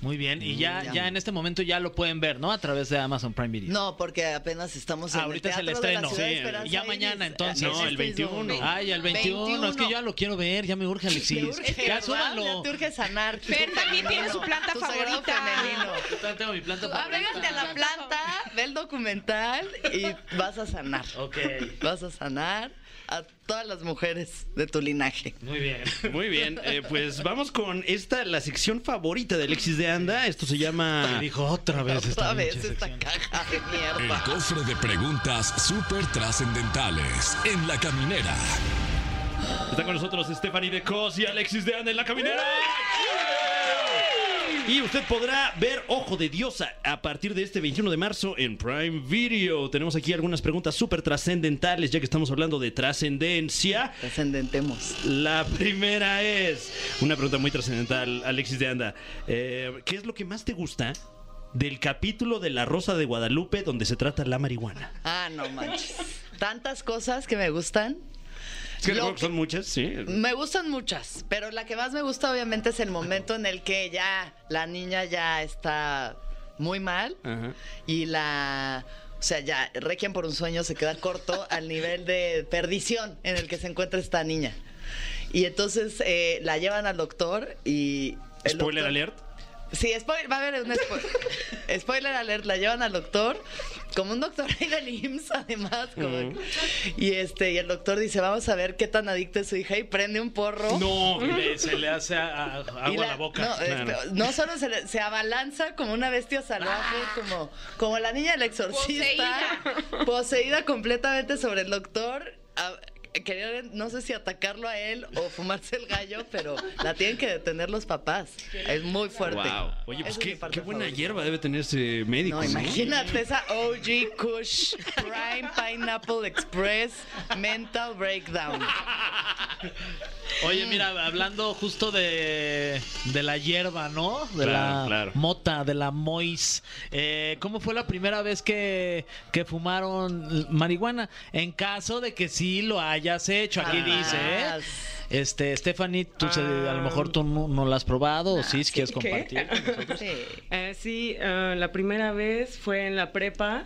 [SPEAKER 4] Muy bien. Y ya,
[SPEAKER 8] Mm, Ya.
[SPEAKER 4] ya en este momento ya lo pueden ver, ¿no? A través de Amazon Prime Video.
[SPEAKER 8] No, porque apenas estamos en el
[SPEAKER 4] Ah, Ahorita es el
[SPEAKER 8] Teatro de la
[SPEAKER 4] estreno.
[SPEAKER 8] Ciudad de
[SPEAKER 5] Sí,
[SPEAKER 8] Esperanza
[SPEAKER 4] ya
[SPEAKER 8] Iris.
[SPEAKER 4] mañana, entonces.
[SPEAKER 5] No,
[SPEAKER 8] Este
[SPEAKER 5] el
[SPEAKER 8] es
[SPEAKER 5] 21.
[SPEAKER 8] domingo.
[SPEAKER 4] Ay, el 21. Es que yo ya lo quiero ver, ya me
[SPEAKER 8] *laughs*
[SPEAKER 4] urge,
[SPEAKER 8] Te
[SPEAKER 4] Alexis.
[SPEAKER 8] urge,
[SPEAKER 4] ya
[SPEAKER 8] ¿verdad?
[SPEAKER 4] súbanlo.
[SPEAKER 8] Ya te urge sanar.
[SPEAKER 2] Fer
[SPEAKER 8] Tu
[SPEAKER 2] también tiene
[SPEAKER 8] femenino,
[SPEAKER 2] su planta
[SPEAKER 8] tu sagrado
[SPEAKER 2] favorita.
[SPEAKER 8] femenino.
[SPEAKER 4] Yo también tengo mi planta *laughs*
[SPEAKER 8] Abrégate a la planta, ve el documental y vas a sanar.
[SPEAKER 4] Ok.
[SPEAKER 8] Vas a sanar a todas las mujeres de tu linaje.
[SPEAKER 4] Muy bien.
[SPEAKER 5] Muy bien, eh, pues vamos con esta, la sección favorita de Alexis de Anda. Esto se llama.
[SPEAKER 4] Dijo otra vez esta
[SPEAKER 8] Otra vez
[SPEAKER 4] pinche
[SPEAKER 8] esta
[SPEAKER 4] sección.
[SPEAKER 8] caja de
[SPEAKER 1] El
[SPEAKER 8] mierda.
[SPEAKER 1] cofre de preguntas súper trascendentales en la caminera.
[SPEAKER 5] Está con nosotros Stephanie de Cos y Alexis de Anda en la caminera. Y usted podrá ver Ojo de Diosa a partir de este 21 de marzo en Prime Video. Tenemos aquí algunas preguntas súper trascendentales, ya que estamos hablando de trascendencia.
[SPEAKER 8] Descendentemos.
[SPEAKER 5] La primera es una pregunta muy trascendental, Alexis de Anda. Eh, ¿Qué es lo que más te gusta del capítulo de La Rosa de Guadalupe donde se trata la marihuana?
[SPEAKER 8] Ah, no manches. Tantas cosas que me gustan.
[SPEAKER 5] Es que
[SPEAKER 8] Lo
[SPEAKER 5] creo que
[SPEAKER 8] que-
[SPEAKER 5] son muchas, sí.
[SPEAKER 8] Me gustan muchas, pero la que más me gusta obviamente es el momento en el que ya la niña ya está muy mal
[SPEAKER 5] Ajá.
[SPEAKER 8] y la... O sea, ya Requiem por un sueño se queda corto al nivel de perdición en el que se encuentra esta niña. Y entonces eh, la llevan al doctor y... el
[SPEAKER 5] Spoiler
[SPEAKER 8] doctor-
[SPEAKER 5] alert.
[SPEAKER 8] Sí, spoiler, va a haber un
[SPEAKER 5] *laughs*
[SPEAKER 8] spoiler. spoiler alert, la llevan al doctor, como un doctor ahí del IMSS además, como- y este, y el doctor dice, vamos a ver qué tan adicta es su hija, y prende un porro.
[SPEAKER 5] No,
[SPEAKER 4] Le- se le hace a- a-
[SPEAKER 8] y
[SPEAKER 4] agua a la boca.
[SPEAKER 8] No,
[SPEAKER 5] claro.
[SPEAKER 8] este, no solo se, le- se abalanza como una bestia salvaje, como, como la niña del exorcista, poseída, completamente sobre el doctor. a- Querían, no sé si atacarlo a él o fumarse el gallo, pero la tienen que detener los papás. Es muy fuerte.
[SPEAKER 5] Wow. Oye, pues
[SPEAKER 8] Esa es mi
[SPEAKER 5] qué,
[SPEAKER 8] parte
[SPEAKER 5] qué buena
[SPEAKER 8] favorita.
[SPEAKER 5] hierba debe tener ese médico.
[SPEAKER 8] No, imagínate esa OG Kush Prime Pineapple Express Mental Breakdown.
[SPEAKER 4] Oye, mira, hablando justo de, de la hierba, ¿no? De
[SPEAKER 5] Claro,
[SPEAKER 4] la
[SPEAKER 5] claro.
[SPEAKER 4] mota, de la mois. Eh, ¿Cómo fue la primera vez que, que fumaron marihuana? En caso de que sí lo hayas hecho, aquí
[SPEAKER 8] Jamás.
[SPEAKER 4] dice, ¿eh? Este, Stephanie, tú se- a lo mejor
[SPEAKER 8] Ah.
[SPEAKER 4] tú no, no la has probado
[SPEAKER 8] *laughs*
[SPEAKER 4] o sí, si quieres
[SPEAKER 9] ¿qué?
[SPEAKER 4] compartir.
[SPEAKER 8] Sí.
[SPEAKER 9] Eh, sí, eh, la primera vez fue en la prepa.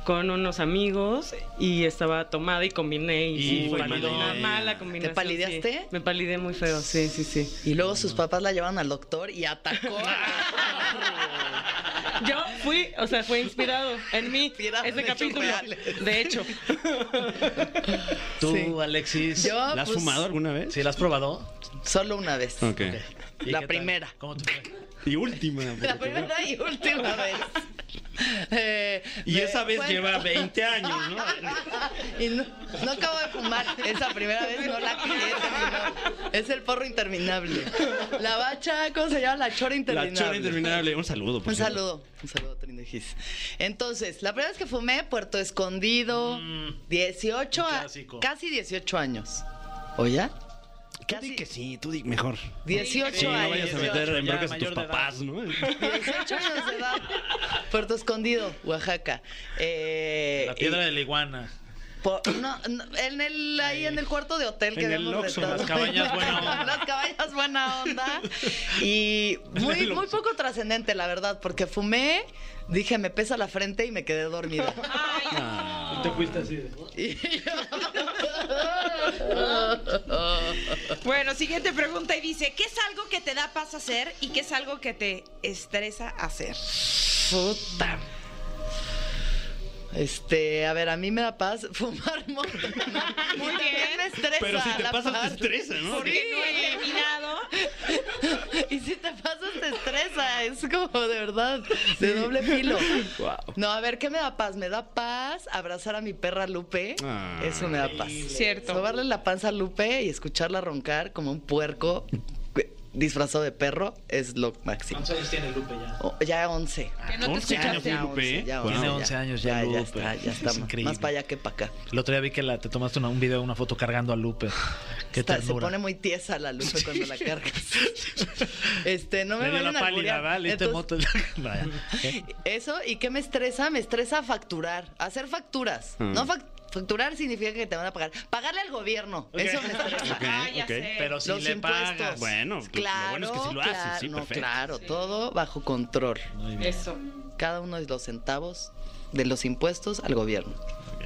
[SPEAKER 9] con unos amigos y estaba tomada y combiné y,
[SPEAKER 3] Y
[SPEAKER 9] sí,
[SPEAKER 3] fue
[SPEAKER 9] palidé.
[SPEAKER 3] palidona.
[SPEAKER 9] una mala combinación.
[SPEAKER 8] ¿Te palideaste?
[SPEAKER 9] sí. Me palidé muy feo, sí, sí, sí.
[SPEAKER 8] Y luego sus papás la llevaron al doctor y atacó.
[SPEAKER 5] *laughs*
[SPEAKER 9] Yo fui, o sea, fue inspirado en mí
[SPEAKER 8] Inspirado en
[SPEAKER 9] ese
[SPEAKER 8] hechos
[SPEAKER 9] capítulo.
[SPEAKER 8] reales.
[SPEAKER 9] De
[SPEAKER 8] *laughs*
[SPEAKER 9] hecho,
[SPEAKER 4] Tú,
[SPEAKER 8] Sí.
[SPEAKER 4] Alexis,
[SPEAKER 8] Yo,
[SPEAKER 4] ¿la has
[SPEAKER 8] pues,
[SPEAKER 4] fumado alguna vez? ¿Sí la has probado?
[SPEAKER 8] Solo una vez.
[SPEAKER 5] Ok.
[SPEAKER 4] ¿Y
[SPEAKER 8] La
[SPEAKER 4] qué tal?
[SPEAKER 8] primera.
[SPEAKER 4] ¿Cómo te fue?
[SPEAKER 5] Y
[SPEAKER 8] *laughs*
[SPEAKER 5] última.
[SPEAKER 8] La
[SPEAKER 5] porque-
[SPEAKER 8] primera y
[SPEAKER 5] *laughs*
[SPEAKER 8] última vez. Eh,
[SPEAKER 5] Y
[SPEAKER 8] me-
[SPEAKER 5] esa vez
[SPEAKER 8] bueno, *laughs*
[SPEAKER 5] lleva 20 años, ¿no?
[SPEAKER 8] Y no, no acabo de fumar. Esa primera vez no la quería terminar. Es el porro interminable. La bacha, ¿cómo se llama? La chora
[SPEAKER 5] La
[SPEAKER 8] interminable.
[SPEAKER 5] chora interminable. Un saludo, por
[SPEAKER 8] Un
[SPEAKER 5] cierto.
[SPEAKER 8] saludo, un saludo, Trino Gis. Entonces, la primera vez que fumé, Puerto Escondido,
[SPEAKER 5] Mm,
[SPEAKER 8] 18, a-
[SPEAKER 4] clásico.
[SPEAKER 8] casi 18 años. ¿Oye?
[SPEAKER 5] Tú di que sí, tú di mejor.
[SPEAKER 8] 18
[SPEAKER 5] Sí, no
[SPEAKER 8] años.
[SPEAKER 5] vayas a meter en
[SPEAKER 4] Ya,
[SPEAKER 5] broncas a tus
[SPEAKER 4] mayor de edad.
[SPEAKER 5] papás, ¿no?
[SPEAKER 8] Eh, 18 años de edad. Puerto Escondido, Oaxaca. Eh,
[SPEAKER 4] La piedra de la iguana.
[SPEAKER 8] y por- no, no, en el, ahí en el cuarto de hotel que
[SPEAKER 5] En el
[SPEAKER 8] habíamos
[SPEAKER 5] Oxxo,
[SPEAKER 8] rentado.
[SPEAKER 5] las
[SPEAKER 8] *laughs*
[SPEAKER 4] cabañas buena onda.
[SPEAKER 8] Las cabañas buena onda.
[SPEAKER 5] *laughs*
[SPEAKER 8] Y muy, muy poco trascendente, la verdad, porque fumé, dije, me pesa la frente y me quedé
[SPEAKER 5] *laughs*
[SPEAKER 8] dormida. Ah.
[SPEAKER 5] Te fuiste así.
[SPEAKER 8] Y yo-
[SPEAKER 2] Bueno, siguiente pregunta y dice, ¿qué es algo que te da paz hacer y qué es algo que te estresa hacer?
[SPEAKER 8] *laughs* Puta. Este, a ver, a mí me da paz *laughs* fumar mota. Muy
[SPEAKER 2] bien.
[SPEAKER 8] me estresa.
[SPEAKER 5] Pero si te
[SPEAKER 8] la
[SPEAKER 5] pasas, te
[SPEAKER 8] paz.
[SPEAKER 5] estresa, ¿no?
[SPEAKER 2] Porque no he terminado.
[SPEAKER 8] *laughs* Y si te pasas, te estresa. Es como de verdad, de doble filo.
[SPEAKER 5] Wow.
[SPEAKER 8] No, a ver, ¿qué me da paz? Me da paz abrazar a mi perra Lupe.
[SPEAKER 5] Ah.
[SPEAKER 8] Eso me da paz.
[SPEAKER 2] Cierto.
[SPEAKER 8] Sobarle la panza a Lupe y escucharla roncar como un puerco disfrazado de perro es lo máximo.
[SPEAKER 7] ¿Cuántos años tiene Lupe ya?
[SPEAKER 8] Oh, ya 11.
[SPEAKER 2] Que no te
[SPEAKER 5] 11 años,
[SPEAKER 2] escuchaste.
[SPEAKER 5] Ah, ya Lupe, ¿eh?
[SPEAKER 8] ya
[SPEAKER 5] Wow.
[SPEAKER 4] Tiene 11 años ya
[SPEAKER 8] Ya,
[SPEAKER 4] Lupe.
[SPEAKER 8] está, ya está.
[SPEAKER 4] Es
[SPEAKER 8] más-
[SPEAKER 4] increíble.
[SPEAKER 8] más para allá que para acá.
[SPEAKER 4] El otro día vi que la, te tomaste una- un video, una foto cargando
[SPEAKER 2] *laughs*
[SPEAKER 4] a Lupe. Qué
[SPEAKER 8] Está- se
[SPEAKER 4] ternura.
[SPEAKER 8] pone muy tiesa la luz cuando
[SPEAKER 4] *laughs*
[SPEAKER 8] la cargas. *laughs* Este, no me
[SPEAKER 4] Me dio
[SPEAKER 8] vayan
[SPEAKER 4] la
[SPEAKER 8] a
[SPEAKER 4] pálida,
[SPEAKER 8] alburear.
[SPEAKER 4] ¿vale? Este
[SPEAKER 8] Entonces,
[SPEAKER 4] moto.
[SPEAKER 2] *laughs*
[SPEAKER 4] *laughs* Vaya. ¿Eh?
[SPEAKER 8] Eso, ¿y qué me estresa? Me estresa facturar, hacer facturas.
[SPEAKER 5] Mm.
[SPEAKER 8] No fac- facturar significa que te van a pagar. Pagarle al gobierno, eso me estresa.
[SPEAKER 5] *laughs* Ok,
[SPEAKER 2] Ah, ya
[SPEAKER 5] ok.
[SPEAKER 2] sé.
[SPEAKER 4] Pero si
[SPEAKER 8] Los
[SPEAKER 4] le
[SPEAKER 8] impuestos.
[SPEAKER 4] pagas.
[SPEAKER 5] Bueno, lo-
[SPEAKER 8] Claro,
[SPEAKER 5] lo bueno es que si lo haces,
[SPEAKER 8] claro,
[SPEAKER 5] sí,
[SPEAKER 8] no,
[SPEAKER 5] perfecto.
[SPEAKER 8] claro, todo bajo control.
[SPEAKER 2] Eso.
[SPEAKER 8] Cada uno de los centavos de los impuestos al gobierno.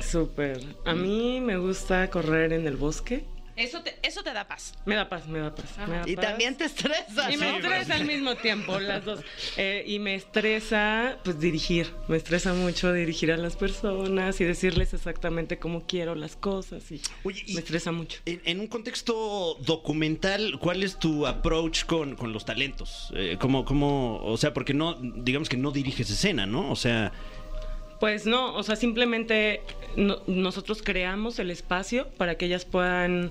[SPEAKER 9] súper. A mí me gusta correr en el bosque.
[SPEAKER 2] Eso te, eso te da paz.
[SPEAKER 9] Me da paz, me da paz. me da
[SPEAKER 8] Y
[SPEAKER 9] paz.
[SPEAKER 8] también te estresa.
[SPEAKER 9] Y me
[SPEAKER 8] ¿no?
[SPEAKER 9] estresa al mismo tiempo, las dos. Eh, y me estresa, pues, dirigir. Me estresa mucho dirigir a las personas y decirles exactamente cómo quiero las cosas. Y
[SPEAKER 5] Oye, y-
[SPEAKER 9] me estresa mucho.
[SPEAKER 5] En, en un contexto documental, ¿cuál es tu approach con, con los talentos? Eh, ¿cómo, cómo- o sea, porque no, digamos que no diriges escena, ¿no? O sea,
[SPEAKER 9] Pues no, o sea, simplemente no- nosotros creamos el espacio para que ellas puedan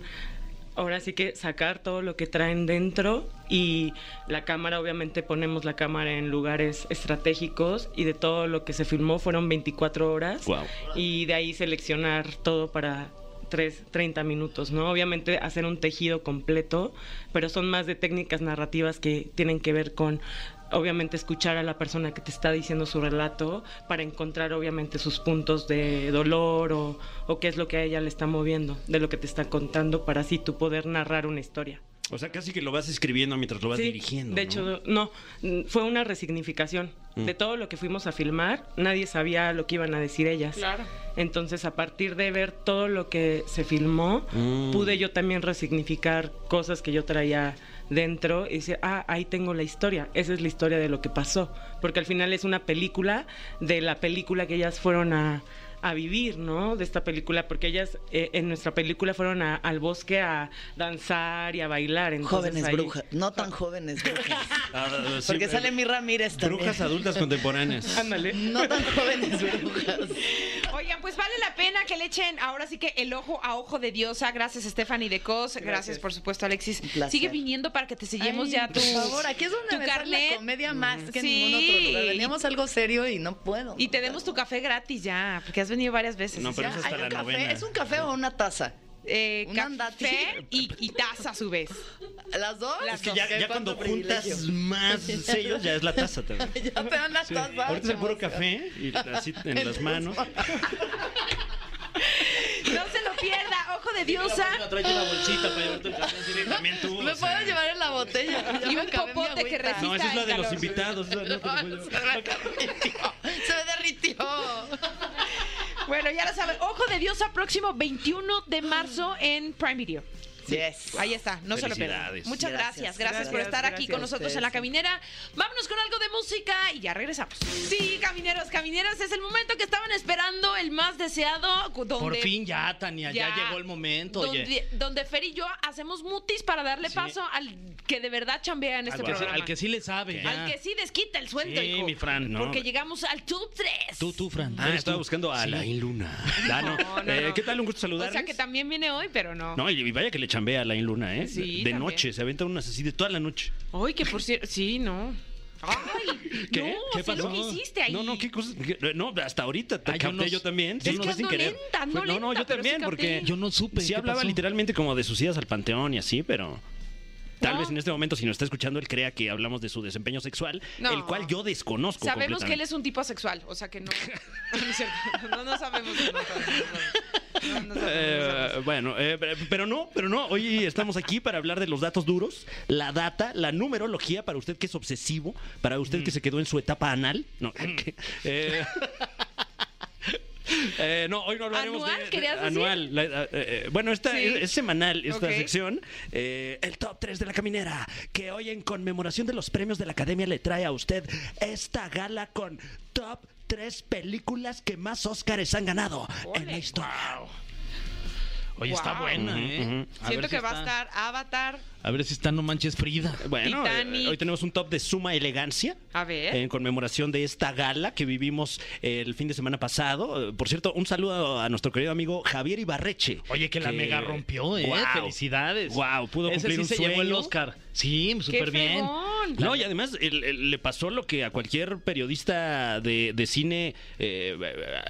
[SPEAKER 9] ahora sí que sacar todo lo que traen dentro y la cámara, obviamente ponemos la cámara en lugares estratégicos y de todo lo que se filmó fueron 24 horas
[SPEAKER 5] wow.
[SPEAKER 9] y de ahí seleccionar todo para tres- 30 minutos, ¿no? Obviamente hacer un tejido completo, pero son más de técnicas narrativas que tienen que ver con, obviamente, escuchar a la persona que te está diciendo su relato para encontrar, obviamente, sus puntos de dolor o, o qué es lo que a ella le está moviendo, de lo que te está contando, para así tú poder narrar una historia.
[SPEAKER 5] O sea, casi que lo vas escribiendo mientras lo vas
[SPEAKER 9] Sí,
[SPEAKER 5] dirigiendo.
[SPEAKER 9] De
[SPEAKER 5] ¿no?
[SPEAKER 9] hecho, no, mm, fue una resignificación.
[SPEAKER 5] Mm.
[SPEAKER 9] De todo lo que fuimos a filmar, nadie sabía lo que iban a decir ellas.
[SPEAKER 2] Claro.
[SPEAKER 9] Entonces, a partir de ver todo lo que se filmó,
[SPEAKER 5] Mm.
[SPEAKER 9] pude yo también resignificar cosas que yo traía dentro y decir, ah, ahí tengo la historia, esa es la historia de lo que pasó, porque al final es una película de la película que ellas fueron a, a vivir, ¿no? De esta película, porque ellas eh, en nuestra película fueron a- al bosque a danzar y a bailar. Entonces,
[SPEAKER 8] Jóvenes
[SPEAKER 9] ahí-
[SPEAKER 8] brujas, no tan jóvenes brujas.
[SPEAKER 5] *laughs* Ah, ah, sí,
[SPEAKER 8] Porque
[SPEAKER 5] eh,
[SPEAKER 8] sale mi Ramírez también.
[SPEAKER 5] Brujas adultas
[SPEAKER 8] *laughs*
[SPEAKER 5] contemporáneas.
[SPEAKER 9] Ándale.
[SPEAKER 8] No tan jóvenes brujas.
[SPEAKER 2] Oigan, pues vale la pena que le echen ahora sí que el ojo a ojo de diosa. Gracias, Stephanie de Cos. Gracias, por supuesto, Alexis.
[SPEAKER 8] placer.
[SPEAKER 2] Sigue viniendo para que te seguimos
[SPEAKER 8] Ay,
[SPEAKER 2] ya tu,
[SPEAKER 8] Por favor, aquí es
[SPEAKER 2] tu
[SPEAKER 8] donde me sale
[SPEAKER 2] carnet
[SPEAKER 8] la
[SPEAKER 5] Mm.
[SPEAKER 8] comedia más que en
[SPEAKER 2] Sí.
[SPEAKER 8] ningún otro lugar. Veníamos algo serio y no puedo.
[SPEAKER 2] y te demos tu café gratis ya, porque has venido varias veces.
[SPEAKER 5] No,
[SPEAKER 2] ¿sí?
[SPEAKER 5] pero
[SPEAKER 8] Ya,
[SPEAKER 5] es hasta
[SPEAKER 8] hay un
[SPEAKER 5] la
[SPEAKER 8] café.
[SPEAKER 5] novena.
[SPEAKER 8] ¿Es un café o una taza?
[SPEAKER 2] Eh,
[SPEAKER 8] un andati.
[SPEAKER 2] café y, y taza a su vez.
[SPEAKER 8] ¿Las dos?
[SPEAKER 2] Las
[SPEAKER 5] Es que ya,
[SPEAKER 8] Qué
[SPEAKER 5] ya cuando
[SPEAKER 8] cuánto *laughs*
[SPEAKER 5] juntas
[SPEAKER 8] privilegio.
[SPEAKER 5] más sellos, ya es la taza también.
[SPEAKER 8] Ya te dan las
[SPEAKER 5] Sí.
[SPEAKER 8] tazas.
[SPEAKER 5] Ahorita es el puro
[SPEAKER 8] Como sea.
[SPEAKER 5] café y así en las manos.
[SPEAKER 2] No se lo pierda, ojo de diosa.
[SPEAKER 5] También tú.
[SPEAKER 8] Me
[SPEAKER 5] o sea.
[SPEAKER 8] puedo llevar en la botella.
[SPEAKER 2] *laughs*
[SPEAKER 8] Ya
[SPEAKER 2] Y
[SPEAKER 8] me
[SPEAKER 2] un
[SPEAKER 8] acabé mi
[SPEAKER 2] popote que
[SPEAKER 8] agüita.
[SPEAKER 2] resiste.
[SPEAKER 5] No, esa es la de los
[SPEAKER 2] Calor.
[SPEAKER 8] *laughs*
[SPEAKER 5] invitados. esa no te la puedo llevar.
[SPEAKER 8] Se me
[SPEAKER 2] *laughs*
[SPEAKER 8] derritió.
[SPEAKER 2] Bueno, ya lo saben. Ojo de Diosa próximo 21 de marzo en Prime Video.
[SPEAKER 8] Yes.
[SPEAKER 2] Ahí está, no se lo pierdan.
[SPEAKER 5] Felicidades.
[SPEAKER 2] Muchas gracias, gracias,
[SPEAKER 8] Gracias,
[SPEAKER 2] por
[SPEAKER 8] gracias,
[SPEAKER 2] estar aquí
[SPEAKER 8] gracias
[SPEAKER 2] con
[SPEAKER 8] a
[SPEAKER 2] nosotros
[SPEAKER 8] ustedes.
[SPEAKER 2] en la caminera. Vámonos con algo de música y ya regresamos. Sí, camineros, camineras, es el momento que estaban esperando, el más deseado. Donde,
[SPEAKER 4] Por fin ya, Tania, ya,
[SPEAKER 2] ya,
[SPEAKER 4] llegó el momento.
[SPEAKER 2] Donde,
[SPEAKER 4] oye.
[SPEAKER 2] donde Fer y yo hacemos mutis para darle
[SPEAKER 4] Sí.
[SPEAKER 2] paso al que de verdad chambea en
[SPEAKER 4] Al,
[SPEAKER 2] este
[SPEAKER 4] que, sí-
[SPEAKER 2] programa.
[SPEAKER 4] al que sí le sabe. ya.
[SPEAKER 2] Al que sí desquita el sueldo,
[SPEAKER 4] Sí,
[SPEAKER 2] hijo.
[SPEAKER 4] mi Fran, no.
[SPEAKER 2] Porque llegamos al top 3.
[SPEAKER 4] Tú, tú, Fran.
[SPEAKER 5] Ah,
[SPEAKER 4] eres
[SPEAKER 5] estaba
[SPEAKER 4] tú.
[SPEAKER 5] buscando a
[SPEAKER 4] Sí.
[SPEAKER 5] Alain Luna. Ah, no.
[SPEAKER 2] No, no,
[SPEAKER 5] Eh,
[SPEAKER 2] no.
[SPEAKER 5] ¿Qué tal? Un gusto
[SPEAKER 2] O
[SPEAKER 5] saludarles.
[SPEAKER 2] sea que también viene hoy, pero no.
[SPEAKER 5] No, y y vaya que le chambea a Alain Luna, ¿eh?
[SPEAKER 2] Sí,
[SPEAKER 5] de
[SPEAKER 2] también.
[SPEAKER 5] noche, se aventa unas así de toda la noche.
[SPEAKER 2] Ay, que por cierto. Sí,
[SPEAKER 4] *laughs*
[SPEAKER 2] no. Ay,
[SPEAKER 5] ¿Qué?
[SPEAKER 2] no,
[SPEAKER 5] ¿Eh? ¿Qué
[SPEAKER 2] sé
[SPEAKER 5] pasó?
[SPEAKER 2] lo que hiciste ahí.
[SPEAKER 5] No, no, qué cosa. qué- No, hasta ahorita te
[SPEAKER 4] Ay, yo
[SPEAKER 5] capté
[SPEAKER 4] no-
[SPEAKER 5] yo también.
[SPEAKER 4] yo
[SPEAKER 5] Sí,
[SPEAKER 4] no-
[SPEAKER 5] fue
[SPEAKER 4] Es que
[SPEAKER 5] sin
[SPEAKER 2] ando
[SPEAKER 5] querer.
[SPEAKER 2] lenta, no
[SPEAKER 5] Fue- no,
[SPEAKER 2] lenta,
[SPEAKER 5] yo
[SPEAKER 2] pero sí
[SPEAKER 5] también, porque
[SPEAKER 2] capté.
[SPEAKER 4] Yo no supe.
[SPEAKER 5] sí
[SPEAKER 4] ¿qué
[SPEAKER 5] hablaba
[SPEAKER 4] pasó?
[SPEAKER 5] literalmente como de sus idas al panteón y así, pero. Tal
[SPEAKER 2] No.
[SPEAKER 5] vez en este momento, si nos está escuchando, él crea que hablamos de su desempeño sexual,
[SPEAKER 2] No.
[SPEAKER 5] el cual yo desconozco.
[SPEAKER 2] Sabemos que él
[SPEAKER 5] completamente.
[SPEAKER 2] es un tipo asexual, o sea
[SPEAKER 4] *laughs*
[SPEAKER 2] que no. No, no es cierto. No, no sabemos. no, no sabemos, no, *laughs* no sabemos, no sabemos.
[SPEAKER 5] Eh, bueno, eh, pero- pero no, pero no. Hoy estamos aquí para hablar de los datos duros, la data, la numerología para usted que es obsesivo, para usted
[SPEAKER 2] Mm.
[SPEAKER 5] que se quedó en su etapa anal. No, *laughs* eh, eh, no hoy no hablaremos de-
[SPEAKER 2] ¿Anual,
[SPEAKER 5] de,
[SPEAKER 2] querías decir?
[SPEAKER 5] anual. la- eh, eh, bueno, esta
[SPEAKER 2] Sí.
[SPEAKER 5] es, es semanal esta
[SPEAKER 2] Ok.
[SPEAKER 5] sección. Eh, el top 3 de la caminera, que hoy en conmemoración de los premios de la academia le trae a usted esta gala con top 3 películas que más Óscares han ganado en la
[SPEAKER 2] Ole.
[SPEAKER 5] historia.
[SPEAKER 4] Oye, está
[SPEAKER 2] Wow.
[SPEAKER 4] buena, ¿eh? A
[SPEAKER 2] Siento
[SPEAKER 4] ver
[SPEAKER 2] que
[SPEAKER 4] si
[SPEAKER 2] va a
[SPEAKER 4] está-
[SPEAKER 2] estar Avatar.
[SPEAKER 4] A ver si está No Manches Frida.
[SPEAKER 5] Bueno,
[SPEAKER 2] Titanic. ¿Eh?
[SPEAKER 5] eh, hoy tenemos un top de suma elegancia.
[SPEAKER 2] A ver.
[SPEAKER 4] Eh,
[SPEAKER 5] En conmemoración de esta gala que vivimos el fin de semana pasado. Eh, Por cierto, un saludo a nuestro querido amigo Javier Ibarreche.
[SPEAKER 4] Oye, que la mega rompió, ¿eh?
[SPEAKER 5] Guau.
[SPEAKER 4] Felicidades.
[SPEAKER 5] Guau, pudo
[SPEAKER 4] Ese
[SPEAKER 5] cumplir
[SPEAKER 4] sí
[SPEAKER 5] un
[SPEAKER 4] se llevó el
[SPEAKER 5] sueño.
[SPEAKER 4] Oscar. Sí, súper
[SPEAKER 2] ¡Qué
[SPEAKER 4] bien.
[SPEAKER 2] fregón!
[SPEAKER 5] No, y además el- el- le pasó lo que a cualquier periodista de, de cine, eh,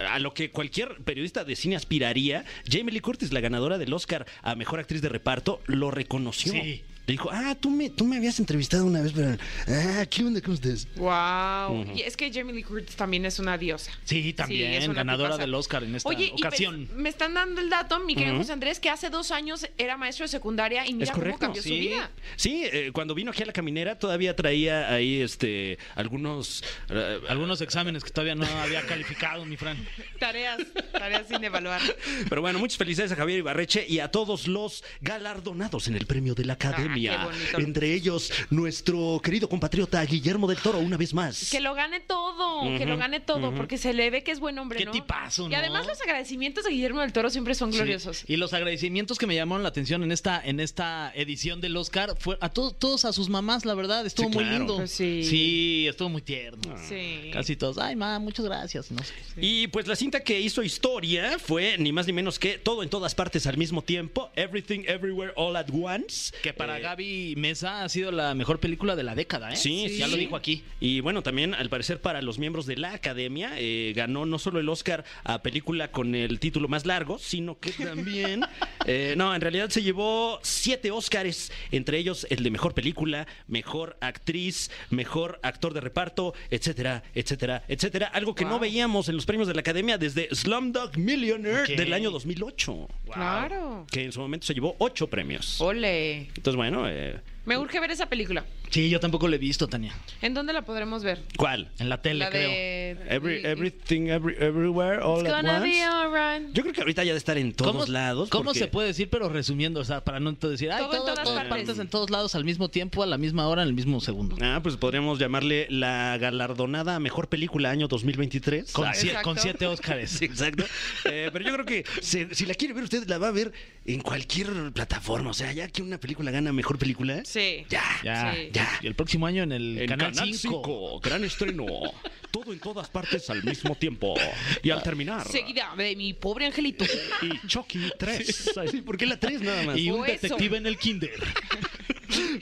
[SPEAKER 5] a lo que cualquier periodista de cine aspiraría. Jamie Lee Curtis, la ganadora del Oscar a Mejor Actriz de Reparto, lo reconoció.
[SPEAKER 4] Sí.
[SPEAKER 5] Le dijo, ah, tú me, tú me habías entrevistado una vez, pero... Ah, ¿qué onda con ustedes?
[SPEAKER 2] Wow. Y es que Jamie Lee Curtis también es una diosa.
[SPEAKER 4] Sí,
[SPEAKER 2] Sí,
[SPEAKER 4] también,
[SPEAKER 2] es una
[SPEAKER 4] ganadora
[SPEAKER 2] tipaza.
[SPEAKER 4] del Oscar en esta
[SPEAKER 2] Oye, y
[SPEAKER 4] ocasión.
[SPEAKER 2] pe- me están dando el dato, mi querido José Andrés, que hace dos años era maestro de secundaria y mira
[SPEAKER 5] Es correcto,
[SPEAKER 2] cómo cambió su
[SPEAKER 4] sí.
[SPEAKER 2] vida.
[SPEAKER 5] Sí, eh, cuando vino aquí a la caminera todavía traía ahí este algunos eh,
[SPEAKER 4] Algunos exámenes que todavía no había calificado, mi Fran.
[SPEAKER 2] Tareas, tareas sin evaluar.
[SPEAKER 5] pero bueno, muchas felicidades a Javier Ibarreche y a todos los galardonados en el premio de la academia.
[SPEAKER 2] Ah, qué bonito.
[SPEAKER 5] Entre ellos, nuestro querido compatriota Guillermo del Toro, una vez más.
[SPEAKER 2] Que lo gane todo, que lo gane todo, porque se le ve que es buen hombre,
[SPEAKER 4] Qué
[SPEAKER 2] ¿no?
[SPEAKER 4] tipazo,
[SPEAKER 2] Y
[SPEAKER 4] ¿no?
[SPEAKER 2] además los agradecimientos de Guillermo del Toro siempre son gloriosos.
[SPEAKER 4] Sí. Y los agradecimientos que me llamaron la atención en esta, en esta edición del Oscar fue a todos, todos a sus mamás, la verdad, estuvo
[SPEAKER 5] Sí,
[SPEAKER 4] muy
[SPEAKER 5] claro.
[SPEAKER 4] lindo.
[SPEAKER 2] Pues sí.
[SPEAKER 4] Sí, estuvo muy tierno.
[SPEAKER 2] Sí.
[SPEAKER 4] Casi todos, ay, ma, muchas gracias. No sé.
[SPEAKER 5] Y pues la cinta que hizo historia fue ni más ni menos que todo en todas partes al mismo tiempo, Everything Everywhere All at Once.
[SPEAKER 4] Que para
[SPEAKER 5] Eh,
[SPEAKER 4] Gaby Mesa ha sido la mejor película de la década, ¿eh?
[SPEAKER 5] Sí, sí,
[SPEAKER 4] ya lo
[SPEAKER 5] sí.
[SPEAKER 4] dijo aquí.
[SPEAKER 5] Y bueno, también al parecer para los miembros de la academia eh, ganó no solo el Oscar a película con el título más largo, sino que también, eh, no, en realidad se llevó siete Oscars, entre ellos el de mejor película, mejor actriz, mejor actor de reparto, etcétera, etcétera, etcétera. Algo que no
[SPEAKER 2] Wow.
[SPEAKER 5] veíamos en los premios de la academia desde Slumdog Millionaire
[SPEAKER 4] Ok.
[SPEAKER 5] del año 2008,
[SPEAKER 2] Claro.
[SPEAKER 5] que en su momento se llevó ocho premios.
[SPEAKER 2] Ole.
[SPEAKER 5] Entonces, bueno, eh,
[SPEAKER 2] Me urge ver esa película.
[SPEAKER 4] Sí, yo tampoco la he visto, Tania.
[SPEAKER 2] ¿En dónde la podremos ver?
[SPEAKER 5] ¿cuál?
[SPEAKER 4] En la tele,
[SPEAKER 2] la
[SPEAKER 4] creo.
[SPEAKER 2] de
[SPEAKER 5] Every- everything, every- everywhere, all
[SPEAKER 2] It's
[SPEAKER 5] at
[SPEAKER 2] gonna
[SPEAKER 5] once.
[SPEAKER 2] be alright.
[SPEAKER 5] Yo creo que ahorita ya de estar en todos
[SPEAKER 4] ¿Cómo-
[SPEAKER 5] lados.
[SPEAKER 4] ¿Cómo
[SPEAKER 5] porque-
[SPEAKER 4] se puede decir, pero resumiendo? O sea, para no decir, ay,
[SPEAKER 2] Todo en
[SPEAKER 4] todo-
[SPEAKER 2] todas
[SPEAKER 4] todas
[SPEAKER 2] partes.
[SPEAKER 4] partes en todos lados al mismo tiempo, a la misma hora, en el mismo segundo.
[SPEAKER 5] Ah, pues podríamos llamarle la galardonada a mejor película año 2023.
[SPEAKER 4] Con,
[SPEAKER 5] Ah,
[SPEAKER 4] sie-
[SPEAKER 2] Exacto.
[SPEAKER 4] con siete Óscares.
[SPEAKER 5] *laughs* sí, exacto. Eh, pero yo creo que se- si la quiere ver usted, la va a ver en cualquier plataforma. O sea, ya que una película gana mejor película.
[SPEAKER 2] Sí.
[SPEAKER 5] Ya.
[SPEAKER 4] Ya,
[SPEAKER 2] Sí.
[SPEAKER 4] ya. Y el próximo año en el
[SPEAKER 5] En
[SPEAKER 4] canal,
[SPEAKER 5] Canal
[SPEAKER 4] 5.
[SPEAKER 5] 5, gran estreno. Todo en todas partes al mismo tiempo. Y al terminar.
[SPEAKER 2] Seguida de mi pobre *laughs* angelito.
[SPEAKER 5] Y Chucky 3. Así, ¿Por qué la 3 nada más?
[SPEAKER 4] Y
[SPEAKER 2] O
[SPEAKER 4] un
[SPEAKER 2] eso.
[SPEAKER 4] detective en el kinder.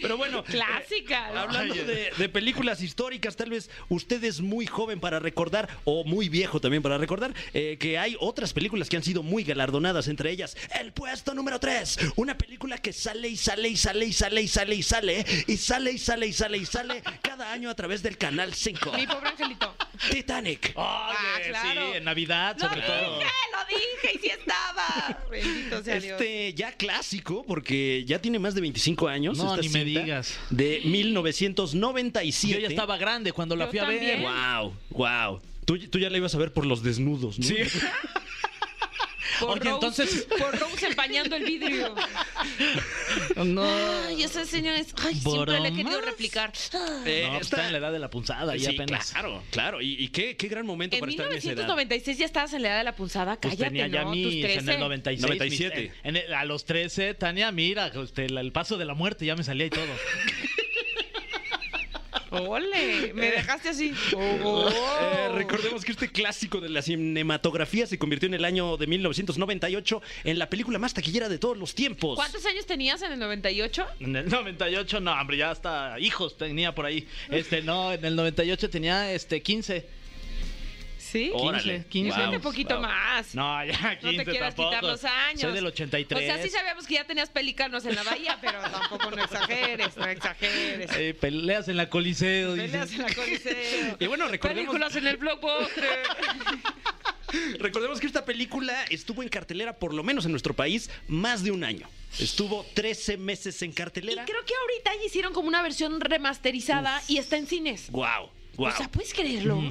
[SPEAKER 5] pero bueno, eh,
[SPEAKER 2] Clásica.
[SPEAKER 5] Hablando
[SPEAKER 4] eh.
[SPEAKER 5] de, de películas históricas, tal vez usted es muy joven para recordar, o muy viejo también para recordar, eh, que hay otras películas que han sido muy galardonadas, entre ellas El puesto número 3, una película que sale y sale y sale y sale y sale y sale, y sale y sale y sale y sale cada año a través del Canal 5.
[SPEAKER 2] Mi pobre angelito.
[SPEAKER 5] Titanic.
[SPEAKER 4] Oh,
[SPEAKER 2] Ah, claro.
[SPEAKER 4] eh, Sí, en Navidad, sobre
[SPEAKER 2] lo
[SPEAKER 4] todo.
[SPEAKER 2] dije, lo dije y sí estaba. Bendito sea Dios.
[SPEAKER 5] Este ya clásico, porque ya tiene más de 25 años.
[SPEAKER 4] No,
[SPEAKER 5] esta
[SPEAKER 4] ni me
[SPEAKER 5] cinta,
[SPEAKER 4] digas.
[SPEAKER 5] De 1997.
[SPEAKER 4] Yo ya estaba grande cuando la
[SPEAKER 2] Yo
[SPEAKER 4] fui a ver.
[SPEAKER 2] también.
[SPEAKER 4] *laughs*
[SPEAKER 5] Wow, wow. Tú, tú ya la ibas a ver por los desnudos, ¿no? Sí.
[SPEAKER 2] Por
[SPEAKER 4] Oye,
[SPEAKER 2] Rose-
[SPEAKER 4] entonces-
[SPEAKER 2] Por Rose empañando el vidrio.
[SPEAKER 4] No.
[SPEAKER 2] Ay, esas señores. Ay, siempre le he querido
[SPEAKER 4] ¿Bromas?
[SPEAKER 2] replicar.
[SPEAKER 5] Eh,
[SPEAKER 4] No,
[SPEAKER 5] está-
[SPEAKER 4] pues está en la edad de la punzada, ya
[SPEAKER 5] Sí,
[SPEAKER 4] apenas.
[SPEAKER 5] Claro, claro. Y, y qué, qué gran momento
[SPEAKER 2] En
[SPEAKER 5] para estar en esa edad.
[SPEAKER 2] 1996 ya estabas en la edad de la punzada.
[SPEAKER 4] Pues
[SPEAKER 2] Cállate,
[SPEAKER 4] tenía ya
[SPEAKER 2] ¿no? Tus
[SPEAKER 4] mis,
[SPEAKER 2] 13.
[SPEAKER 4] en el 96.
[SPEAKER 5] 97.
[SPEAKER 4] mis- eh, en el- a los 13, Tania, mira, este, el, el paso de la muerte ya me salía
[SPEAKER 2] *laughs*
[SPEAKER 4] y todo.
[SPEAKER 2] Ole, me dejaste así. Oh.
[SPEAKER 5] Eh, recordemos que este clásico de la cinematografía se convirtió en el año de 1998 en la película más taquillera de todos los tiempos.
[SPEAKER 2] ¿Cuántos años tenías en el 98?
[SPEAKER 4] En el 98, no, hombre, ya hasta hijos tenía por ahí. Este, no, en el 98 tenía este 15.
[SPEAKER 2] Sí.
[SPEAKER 5] Órale.
[SPEAKER 4] 15,
[SPEAKER 5] Oh, Wow. pues
[SPEAKER 2] Siete, poquito más.
[SPEAKER 4] No, ya
[SPEAKER 2] No
[SPEAKER 4] 15
[SPEAKER 2] te quieras
[SPEAKER 4] tampoco.
[SPEAKER 2] quitar los años.
[SPEAKER 4] Soy del 83.
[SPEAKER 2] O sea, sí sabíamos que ya tenías pelícanos en la bahía, pero tampoco no exageres, no exageres.
[SPEAKER 4] Eh, peleas en la Coliseo.
[SPEAKER 2] Peleas en
[SPEAKER 4] dices.
[SPEAKER 2] la Coliseo.
[SPEAKER 5] Y bueno, recordemos,
[SPEAKER 2] Películas en el blockbuster.
[SPEAKER 5] recordemos que esta película estuvo en cartelera, por lo menos en nuestro país, más de un año. Estuvo 13 meses en
[SPEAKER 2] Y
[SPEAKER 5] cartelera.
[SPEAKER 2] creo que ahorita ya hicieron como una versión remasterizada y está en cines.
[SPEAKER 5] ¡Guau! ¡Guau!
[SPEAKER 2] O sea, ¿puedes creerlo?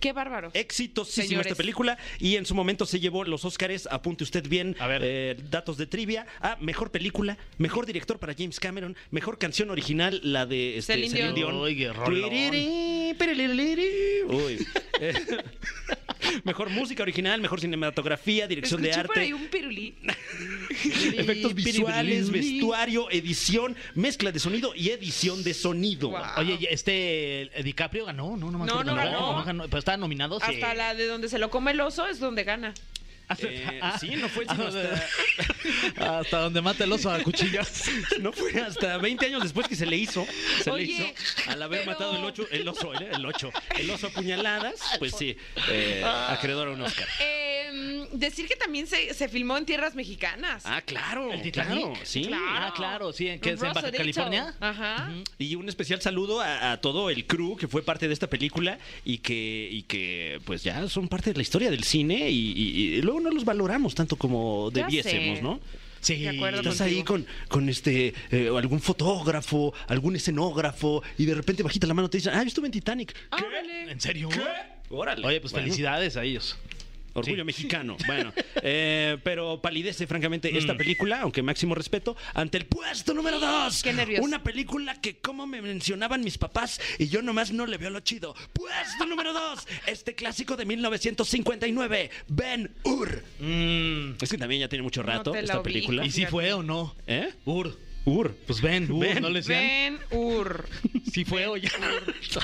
[SPEAKER 2] Qué bárbaro.
[SPEAKER 5] exitosísima
[SPEAKER 2] Señores.
[SPEAKER 5] esta película y en su momento se llevó los Óscares, apunte usted bien,
[SPEAKER 4] A ver.
[SPEAKER 5] eh, datos de trivia, a mejor película, mejor director para James Cameron, mejor canción original, la de este,
[SPEAKER 2] Celine Dion.
[SPEAKER 4] Uy, qué rolón.
[SPEAKER 5] Tiriri, piriliririri. Uy. *laughs* Eh, mejor música original, mejor cinematografía, dirección de
[SPEAKER 2] Escuché por ahí
[SPEAKER 5] arte.
[SPEAKER 2] un
[SPEAKER 5] *laughs*
[SPEAKER 2] pirulí.
[SPEAKER 5] Efectos
[SPEAKER 4] Piribiribiri.
[SPEAKER 5] visuales, vestuario, edición, mezcla de sonido y edición de sonido.
[SPEAKER 2] Guau.
[SPEAKER 4] Oye, y este eh, DiCaprio ganó, no, no me
[SPEAKER 2] No,
[SPEAKER 4] acuerdo.
[SPEAKER 2] no ganó.
[SPEAKER 4] pero estaba nominado. sí.
[SPEAKER 2] Hasta la de donde se lo come el oso es donde gana.
[SPEAKER 5] Eh, sí, no fue sino
[SPEAKER 4] Ah,
[SPEAKER 5] hasta,
[SPEAKER 4] *laughs* Hasta donde mata el oso a
[SPEAKER 5] *laughs*
[SPEAKER 4] cuchillas.
[SPEAKER 5] No fue hasta 20 años después que se le hizo. Se
[SPEAKER 2] Oye,
[SPEAKER 5] le hizo. Al haber
[SPEAKER 2] pero-
[SPEAKER 5] matado el, ocho, el oso, ¿eh? el ocho, el oso a puñaladas, pues sí, eh, acreedor a un Oscar.
[SPEAKER 2] Eh, decir que también se, se filmó en tierras mexicanas.
[SPEAKER 5] Ah, claro,
[SPEAKER 4] ¿El Titanic?
[SPEAKER 5] claro, sí.
[SPEAKER 4] Ah, claro, sí, ¿en qué es? ¿En Baja
[SPEAKER 2] Rosarito.
[SPEAKER 4] California?
[SPEAKER 2] Ajá.
[SPEAKER 5] Y un especial saludo a, a todo el crew que fue parte de esta película y que, y que pues ya son parte de la historia del cine y, y- y luego no los valoramos tanto como
[SPEAKER 2] Ya
[SPEAKER 5] debiésemos,
[SPEAKER 2] sé.
[SPEAKER 5] ¿no?
[SPEAKER 4] Sí.
[SPEAKER 2] De acuerdo
[SPEAKER 5] Estás
[SPEAKER 2] contigo.
[SPEAKER 5] ahí con, con este eh, algún fotógrafo, algún escenógrafo y de repente bajita la mano te dicen, ah, yo estuve en Titanic.
[SPEAKER 2] Ah,
[SPEAKER 5] ¿Qué?
[SPEAKER 2] órale.
[SPEAKER 4] ¿En serio?
[SPEAKER 5] Órale.
[SPEAKER 4] Oye, pues
[SPEAKER 5] Bueno,
[SPEAKER 4] felicidades a ellos.
[SPEAKER 5] Orgullo *laughs*
[SPEAKER 4] Sí.
[SPEAKER 5] mexicano. Bueno, eh, pero palidece, francamente, esta película, aunque máximo respeto, ante el puesto número dos.
[SPEAKER 2] Qué nervios.
[SPEAKER 5] Una película que, como me mencionaban mis papás, y yo nomás no le veo lo chido. Puesto número dos. Este clásico de 1959, Ben Hur.
[SPEAKER 4] Mm,
[SPEAKER 5] Es que también ya tiene mucho rato
[SPEAKER 2] te la
[SPEAKER 5] esta
[SPEAKER 2] ubico.
[SPEAKER 5] película.
[SPEAKER 4] ¿Y si
[SPEAKER 2] Fíjate.
[SPEAKER 4] fue o no?
[SPEAKER 5] ¿Eh?
[SPEAKER 4] Ur.
[SPEAKER 5] Ur.
[SPEAKER 4] Pues ven, Ur,
[SPEAKER 5] Ven.
[SPEAKER 4] no le decían.
[SPEAKER 2] Ben
[SPEAKER 5] *laughs*
[SPEAKER 2] Ur.
[SPEAKER 4] *laughs* Si fue o ya. *laughs*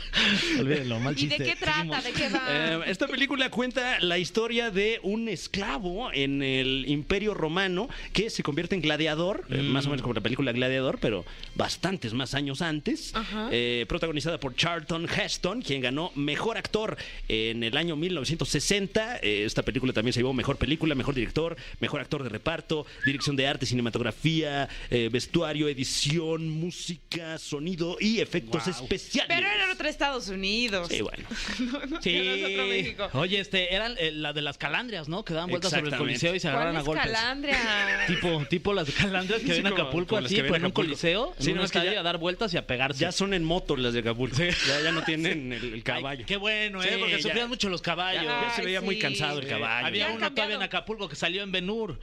[SPEAKER 4] Olvídelo, mal
[SPEAKER 2] ¿Y de
[SPEAKER 4] chiste.
[SPEAKER 2] qué trata?
[SPEAKER 4] Seguimos.
[SPEAKER 2] ¿De qué va?
[SPEAKER 5] Eh, esta película cuenta la historia de un esclavo en el Imperio Romano que se convierte en gladiador, eh, más o menos como la película Gladiador, pero bastantes más años antes,
[SPEAKER 2] Ajá.
[SPEAKER 5] eh, protagonizada por Charlton Heston, quien ganó Mejor Actor en el año 1960. Eh, esta película también se llevó Mejor Película, Mejor Director, Mejor Actor de Reparto, Dirección de Arte, Cinematografía, eh, Vestuario, Edición, Música, Sonido y Efectos
[SPEAKER 4] Wow.
[SPEAKER 5] Especiales.
[SPEAKER 2] Pero era otro Estados Unidos.
[SPEAKER 5] Sí, bueno.
[SPEAKER 2] *laughs* Sí. Era otro México.
[SPEAKER 4] Oye, este, era eh, la de las calandrias, ¿no? Que daban vueltas sobre el
[SPEAKER 5] Exactamente.
[SPEAKER 4] coliseo y se agarraban
[SPEAKER 2] ¿Cuál
[SPEAKER 4] a
[SPEAKER 2] es
[SPEAKER 4] golpes.
[SPEAKER 2] Calandria?
[SPEAKER 5] *laughs*
[SPEAKER 4] Tipo, tipo las calandrias que
[SPEAKER 5] Sí,
[SPEAKER 4] ven en
[SPEAKER 5] como-
[SPEAKER 4] Acapulco,
[SPEAKER 5] como las
[SPEAKER 4] así,
[SPEAKER 5] que ven
[SPEAKER 4] pero
[SPEAKER 5] en
[SPEAKER 4] en un
[SPEAKER 5] Acapulco.
[SPEAKER 4] coliseo,
[SPEAKER 5] Sí,
[SPEAKER 4] en
[SPEAKER 5] no,
[SPEAKER 4] un
[SPEAKER 5] es que ya-
[SPEAKER 4] estadio a dar vueltas y a pegarse.
[SPEAKER 5] Ya son en moto las de Acapulco. Ya, ya no tienen el, el caballo.
[SPEAKER 4] Qué bueno, ¿eh?
[SPEAKER 5] Sí,
[SPEAKER 4] Porque
[SPEAKER 5] ya.
[SPEAKER 4] sufrían mucho los caballos.
[SPEAKER 5] Ya se
[SPEAKER 2] Ay,
[SPEAKER 5] veía muy
[SPEAKER 2] sí.
[SPEAKER 5] cansado el
[SPEAKER 4] Eh,
[SPEAKER 5] caballo.
[SPEAKER 2] Ya
[SPEAKER 4] Había
[SPEAKER 2] han
[SPEAKER 4] uno todavía en
[SPEAKER 2] cambiado.
[SPEAKER 4] Acapulco que salió en *laughs* Benur.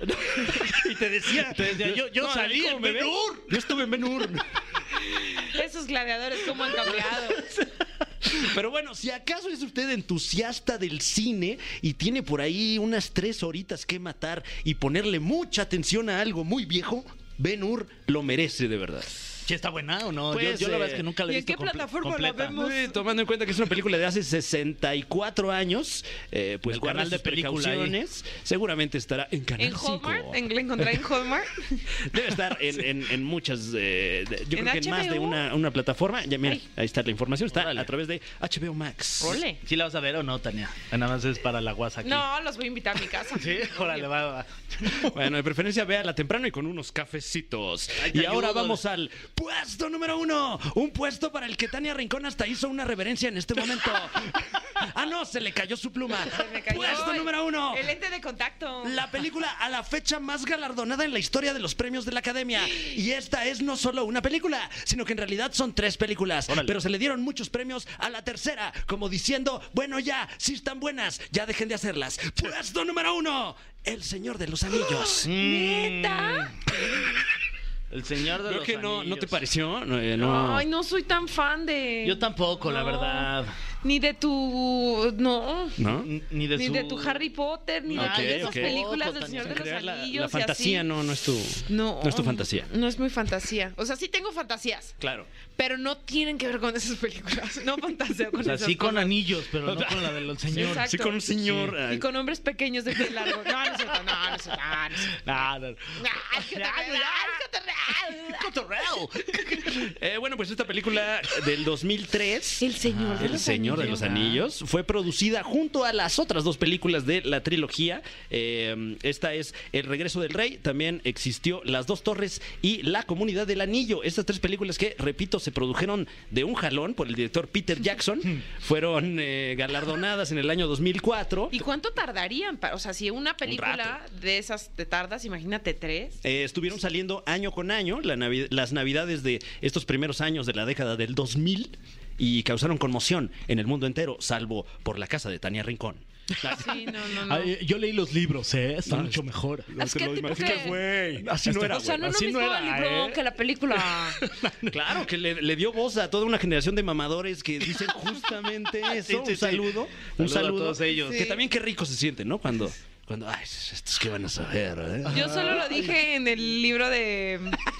[SPEAKER 5] y te decía,
[SPEAKER 4] Te decía, yo- yo salí
[SPEAKER 5] dijo,
[SPEAKER 4] en
[SPEAKER 5] "Me ve".
[SPEAKER 4] Ben-Hur".
[SPEAKER 5] Yo estuve en Benur.
[SPEAKER 2] Esos gladiadores, ¿cómo han
[SPEAKER 5] *laughs*
[SPEAKER 2] cambiado?
[SPEAKER 5] *laughs* Pero bueno, si acaso es usted entusiasta del cine y tiene por ahí unas tres horitas que matar y ponerle mucha atención a algo muy viejo, Benur lo merece de verdad.
[SPEAKER 4] ¿Sí está buena o no? Yo-
[SPEAKER 5] Pues,
[SPEAKER 4] yo, la
[SPEAKER 5] eh,
[SPEAKER 4] verdad es que nunca la
[SPEAKER 2] ¿y
[SPEAKER 4] he
[SPEAKER 2] en
[SPEAKER 4] visto
[SPEAKER 2] qué
[SPEAKER 4] comple-
[SPEAKER 2] plataforma la
[SPEAKER 4] completa.
[SPEAKER 2] vemos?
[SPEAKER 5] Eh, tomando en cuenta que es una película de hace 64 años, eh, pues
[SPEAKER 4] El
[SPEAKER 5] guarda
[SPEAKER 4] canal de
[SPEAKER 5] sus
[SPEAKER 4] película ahí.
[SPEAKER 5] precauciones. Seguramente estará en Canal
[SPEAKER 2] ¿En Hallmark?
[SPEAKER 5] 5.
[SPEAKER 2] ¿En, ¿La encontré en
[SPEAKER 5] *laughs*
[SPEAKER 2] Hallmark?
[SPEAKER 5] Debe estar en, en- en muchas, eh, de- yo
[SPEAKER 2] ¿En
[SPEAKER 5] creo que en más de
[SPEAKER 2] HBO?
[SPEAKER 5] una, una plataforma. Ya mira,
[SPEAKER 2] Ay.
[SPEAKER 5] ahí está la información, está
[SPEAKER 4] Órale.
[SPEAKER 5] a través de HBO Max.
[SPEAKER 2] Ole.
[SPEAKER 4] ¿Sí la vas a ver o no, Tania? Nada más es para la guasa aquí.
[SPEAKER 2] No, los voy a invitar a mi casa.
[SPEAKER 4] Sí, *laughs* órale, va, va.
[SPEAKER 5] Bueno, de preferencia véala temprano y con unos cafecitos.
[SPEAKER 4] Ay, te
[SPEAKER 5] y ahora
[SPEAKER 4] ayudo.
[SPEAKER 5] vamos al Puesto número uno. Un puesto para el que Tania Rincón hasta hizo una reverencia en este
[SPEAKER 2] *laughs*
[SPEAKER 5] momento. Ah, no, se le cayó su pluma.
[SPEAKER 2] Se me cayó
[SPEAKER 5] Puesto
[SPEAKER 2] el-
[SPEAKER 5] número uno.
[SPEAKER 2] El lente de contacto.
[SPEAKER 5] La película a la fecha más galardonada en la historia de los premios de la Academia. Y esta es no solo una película, sino que en realidad son tres películas. Pero se le dieron muchos premios a la tercera, como diciendo, bueno ya, si están buenas, ya dejen de hacerlas. Puesto número uno, El Señor de
[SPEAKER 2] *gasps*
[SPEAKER 5] los Anillos.
[SPEAKER 2] ¿Neta?
[SPEAKER 4] Mm, El señor de
[SPEAKER 5] Creo
[SPEAKER 4] los
[SPEAKER 5] que no, ¿no te
[SPEAKER 4] anillos.
[SPEAKER 5] pareció? No, eh, no.
[SPEAKER 2] Ay, no soy tan fan de.
[SPEAKER 4] Yo tampoco, la
[SPEAKER 2] No.
[SPEAKER 4] verdad.
[SPEAKER 2] Ni de tu. No.
[SPEAKER 5] ¿No?
[SPEAKER 4] N- Ni de,
[SPEAKER 2] Ni
[SPEAKER 4] su-
[SPEAKER 2] de tu Harry Potter, ni
[SPEAKER 4] Ok,
[SPEAKER 2] de esas
[SPEAKER 5] ok.
[SPEAKER 2] películas del
[SPEAKER 4] Tampoco,
[SPEAKER 2] Señor de
[SPEAKER 4] Tania.
[SPEAKER 2] los
[SPEAKER 5] Crear la, la
[SPEAKER 2] Anillos. y así.
[SPEAKER 5] fantasía no, no es tu...
[SPEAKER 2] No,
[SPEAKER 5] No es tu fantasía.
[SPEAKER 2] No es mi fantasía. O sea, sí tengo fantasías,
[SPEAKER 5] Claro.
[SPEAKER 2] pero no tienen que ver con esas películas. No fantaseo con
[SPEAKER 4] O sea,
[SPEAKER 2] esas
[SPEAKER 4] sí con
[SPEAKER 2] cosas.
[SPEAKER 4] anillos, pero no con
[SPEAKER 2] *laughs*
[SPEAKER 4] la del señor.
[SPEAKER 2] Exacto.
[SPEAKER 5] Sí, con un señor. eh,
[SPEAKER 4] Sí.
[SPEAKER 5] ay. *laughs*
[SPEAKER 2] Y con hombres pequeños de pie largo. No, no es cierto, no, no es cierto, no, no es cierto.
[SPEAKER 4] Ah, no.
[SPEAKER 2] Ay, qué terrible, ay, qué terrible.
[SPEAKER 5] *laughs* Eh, bueno, pues esta película del 2003.
[SPEAKER 2] El Señor de
[SPEAKER 5] El
[SPEAKER 2] los
[SPEAKER 5] Señor de
[SPEAKER 2] Anillos.
[SPEAKER 5] los Anillos fue producida junto a las otras dos películas de la trilogía. Eh, esta es El Regreso del Rey, también existió Las Dos Torres y La Comunidad del Anillo. Estas tres películas que, repito, se produjeron de un jalón por el director Peter
[SPEAKER 2] *laughs*
[SPEAKER 5] Jackson, fueron eh, galardonadas en el año 2004.
[SPEAKER 2] ¿Y cuánto tardarían? para- o sea, si una película de esas te tardas, imagínate tres.
[SPEAKER 5] Eh, estuvieron saliendo año con año la navi- las navidades de estos primeros años de la década del 2000 y causaron conmoción en el mundo entero, salvo por la casa de Tania Rincón.
[SPEAKER 2] Sí, no, no, no.
[SPEAKER 4] Ay, Ah, eh, yo leí los libros, ¿eh? Está
[SPEAKER 5] No,
[SPEAKER 4] mucho
[SPEAKER 5] es-
[SPEAKER 4] mejor.
[SPEAKER 2] Es que tipo que-
[SPEAKER 5] Así no era,
[SPEAKER 2] o sea, no es
[SPEAKER 5] güey.
[SPEAKER 2] lo
[SPEAKER 5] Así
[SPEAKER 2] mismo el
[SPEAKER 4] ¿eh?
[SPEAKER 2] libro que la película.
[SPEAKER 4] *laughs*
[SPEAKER 5] Claro, que le, le dio voz a toda una generación de mamadores que dicen justamente eso.
[SPEAKER 4] *laughs* Sí, sí,
[SPEAKER 5] un
[SPEAKER 4] sí.
[SPEAKER 5] saludo. Un
[SPEAKER 4] Saludo a
[SPEAKER 5] saludo.
[SPEAKER 4] todos ellos.
[SPEAKER 5] Que también qué rico se sienten, ¿no? Cuando, cuando ay, estos que van a saber, ¿eh?
[SPEAKER 2] Yo solo
[SPEAKER 4] *laughs*
[SPEAKER 2] lo dije en el libro de.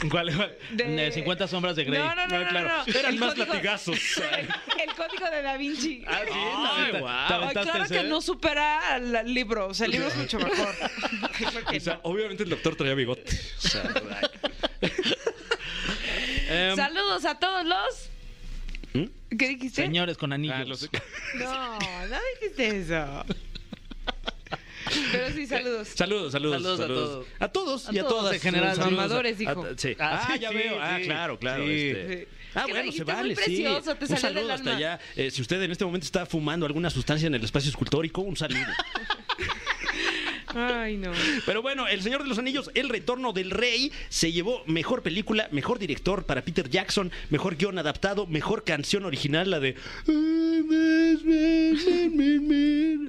[SPEAKER 4] ¿Cuál?
[SPEAKER 5] *laughs*
[SPEAKER 4] cuál?
[SPEAKER 2] de-
[SPEAKER 4] De 50 sombras de Grey.
[SPEAKER 2] No, no, no, no, no, no.
[SPEAKER 5] Ah, Eran
[SPEAKER 2] El
[SPEAKER 5] más
[SPEAKER 2] código-
[SPEAKER 5] latigazos.
[SPEAKER 4] *laughs*
[SPEAKER 5] Ah,
[SPEAKER 2] El código de Da Vinci.
[SPEAKER 4] Ah, sí,
[SPEAKER 5] Ay,
[SPEAKER 4] te aventa-
[SPEAKER 5] guau.
[SPEAKER 4] te
[SPEAKER 2] Ay,
[SPEAKER 4] aventaste
[SPEAKER 2] claro que
[SPEAKER 4] ese. ¿eh?
[SPEAKER 2] no supera al libro. O sea, el libro es mucho
[SPEAKER 4] *laughs*
[SPEAKER 2] mejor. Creo que
[SPEAKER 5] O sea,
[SPEAKER 2] no.
[SPEAKER 5] obviamente el doctor traía bigote. O sea, Em,
[SPEAKER 2] Saludos a todos los.
[SPEAKER 4] ¿Mm?
[SPEAKER 2] ¿Qué dijiste?
[SPEAKER 4] Señores con
[SPEAKER 5] ah,
[SPEAKER 4] anillos.
[SPEAKER 5] los-
[SPEAKER 2] No, no dijiste
[SPEAKER 4] *laughs*
[SPEAKER 2] eso. Pero sí, saludos.
[SPEAKER 5] Saludos, saludos,
[SPEAKER 4] Saludos a
[SPEAKER 5] saludos. A todos
[SPEAKER 4] A
[SPEAKER 5] y a
[SPEAKER 4] todos
[SPEAKER 5] todas.
[SPEAKER 4] en general.
[SPEAKER 5] Saludos a-
[SPEAKER 2] Mamadores,
[SPEAKER 5] a-
[SPEAKER 2] dijo.
[SPEAKER 5] sí.
[SPEAKER 4] Ah,
[SPEAKER 5] Ah,
[SPEAKER 4] sí,
[SPEAKER 5] ya
[SPEAKER 4] sí,
[SPEAKER 5] veo. Ah,
[SPEAKER 4] sí.
[SPEAKER 5] claro, claro.
[SPEAKER 4] Sí.
[SPEAKER 5] este. Ah,
[SPEAKER 2] Que lo
[SPEAKER 5] bueno, se
[SPEAKER 2] dijiste muy
[SPEAKER 5] vale, sí.
[SPEAKER 2] precioso, te salió
[SPEAKER 5] un
[SPEAKER 2] del
[SPEAKER 5] saludo hasta
[SPEAKER 2] alma.
[SPEAKER 5] allá. Eh, si usted en este momento está fumando alguna sustancia en el espacio escultórico, un
[SPEAKER 4] *laughs*
[SPEAKER 5] saludo.
[SPEAKER 2] Ay, no.
[SPEAKER 5] Pero bueno, El Señor de los Anillos, El Retorno del Rey, se llevó mejor película, mejor director para Peter Jackson, mejor guión adaptado, mejor canción original, la de.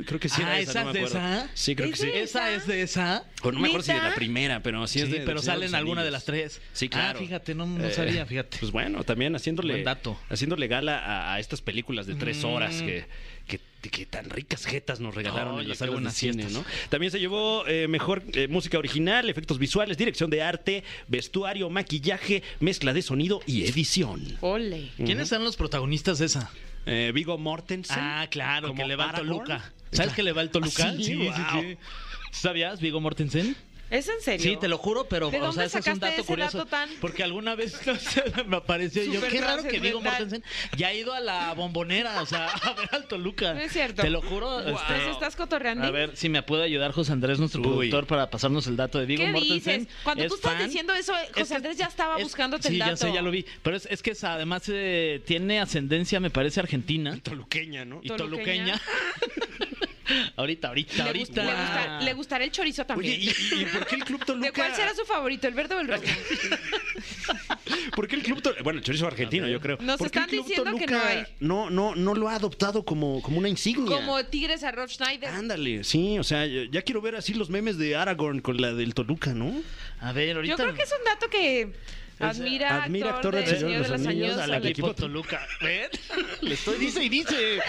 [SPEAKER 5] Creo que sí era
[SPEAKER 4] Ah,
[SPEAKER 5] esa, no
[SPEAKER 4] ¿esa
[SPEAKER 5] me
[SPEAKER 4] es de
[SPEAKER 5] acuerdo.
[SPEAKER 4] esa?
[SPEAKER 5] Sí, creo que sí.
[SPEAKER 4] ¿Esa es de esa?
[SPEAKER 5] O no me acuerdo si de la
[SPEAKER 2] ¿Neta?
[SPEAKER 5] primera, pero sí,
[SPEAKER 4] Sí,
[SPEAKER 5] es de.
[SPEAKER 4] pero
[SPEAKER 5] del Señor
[SPEAKER 4] sale en
[SPEAKER 5] los
[SPEAKER 4] alguna de
[SPEAKER 5] Anillos.
[SPEAKER 4] las tres.
[SPEAKER 5] Sí, claro.
[SPEAKER 4] Ah, fíjate, no, no
[SPEAKER 5] Eh,
[SPEAKER 4] sabía, fíjate.
[SPEAKER 5] Pues bueno, también haciéndole,
[SPEAKER 4] Buen dato.
[SPEAKER 5] haciéndole gala a, a estas películas de tres
[SPEAKER 4] Mm.
[SPEAKER 5] horas que, que, que tan ricas jetas nos regalaron
[SPEAKER 4] Oye,
[SPEAKER 5] en las
[SPEAKER 4] qué
[SPEAKER 5] salas de
[SPEAKER 4] buenas
[SPEAKER 5] cine,
[SPEAKER 4] fiestas.
[SPEAKER 5] ¿no? También se llevó eh, mejor eh, música original, efectos visuales, dirección de arte, vestuario, maquillaje, mezcla de sonido y edición.
[SPEAKER 2] Ole.
[SPEAKER 4] ¿Quiénes eran los protagonistas de esa?
[SPEAKER 5] Eh, Vigo Mortensen.
[SPEAKER 4] Ah, claro,
[SPEAKER 5] ¿Como
[SPEAKER 4] que le va el
[SPEAKER 5] Aragorn?
[SPEAKER 4] Toluca. ¿Sabes que le va el Toluca?
[SPEAKER 5] Ah, sí, wow.
[SPEAKER 4] ¿Sabías, Vigo Mortensen?
[SPEAKER 2] ¿Es en serio?
[SPEAKER 4] Sí, te lo juro,
[SPEAKER 2] ¿De
[SPEAKER 4] pero o sea,
[SPEAKER 2] dónde
[SPEAKER 4] ese es un
[SPEAKER 2] sacaste
[SPEAKER 4] dato
[SPEAKER 2] ese
[SPEAKER 4] curioso.
[SPEAKER 2] dato tan-
[SPEAKER 4] Porque alguna vez *laughs* no sé, me apareció y yo,
[SPEAKER 2] Súper
[SPEAKER 4] qué raro que Vigo
[SPEAKER 2] trascendental.
[SPEAKER 4] Mortensen ya ha ido a la bombonera, o sea, *laughs* a ver al Toluca.
[SPEAKER 2] No es cierto.
[SPEAKER 4] Te lo juro. este,
[SPEAKER 2] Entonces estás cotorreando.
[SPEAKER 4] a ver si me puede ayudar José Andrés, nuestro productor, para pasarnos el dato de Vigo
[SPEAKER 2] ¿Qué
[SPEAKER 4] Mortensen.
[SPEAKER 2] dices? Cuando
[SPEAKER 4] es
[SPEAKER 2] tú estás
[SPEAKER 4] fan.
[SPEAKER 2] diciendo eso, eh, José
[SPEAKER 4] Es que-
[SPEAKER 2] Andrés ya estaba
[SPEAKER 4] es-
[SPEAKER 2] buscándote el
[SPEAKER 4] sí,
[SPEAKER 2] dato.
[SPEAKER 4] ya sé, ya lo vi. Pero es, es que es- además eh, tiene ascendencia, me parece, argentina
[SPEAKER 5] Toluqueña, ¿no?
[SPEAKER 4] y
[SPEAKER 2] Toluqueña.
[SPEAKER 4] toluqueña. *laughs* ahorita, ahorita,
[SPEAKER 2] Le,
[SPEAKER 4] ahorita.
[SPEAKER 2] gusta- le gusta- le gustará el chorizo
[SPEAKER 5] Oye,
[SPEAKER 2] también.
[SPEAKER 5] ¿y, y- y por qué el Club Toluca?
[SPEAKER 2] ¿De cuál será su favorito, el verde o el rojo?
[SPEAKER 5] ¿Por qué el club Tol- bueno, el chorizo argentino, yo creo.
[SPEAKER 2] Nos
[SPEAKER 5] ¿Por qué el
[SPEAKER 2] están
[SPEAKER 5] Club
[SPEAKER 2] diciendo que no hay.
[SPEAKER 5] No, no, no lo ha adoptado como, como una insignia.
[SPEAKER 2] Como tigres a Rob Schneider.
[SPEAKER 4] Ah,
[SPEAKER 5] Ándale, sí, o sea, ya ya quiero ver así los memes de Aragorn con la del Toluca, ¿no?
[SPEAKER 4] A ver, ahorita.
[SPEAKER 2] Yo creo que es un dato que admira,
[SPEAKER 5] admira
[SPEAKER 2] actor,
[SPEAKER 5] actor del
[SPEAKER 2] de Señor de los Anillos.
[SPEAKER 4] al
[SPEAKER 2] al-
[SPEAKER 4] equipo Toluca.
[SPEAKER 5] ¿Eh?
[SPEAKER 4] ¿Ven? Le estoy dice y dice.
[SPEAKER 2] *laughs*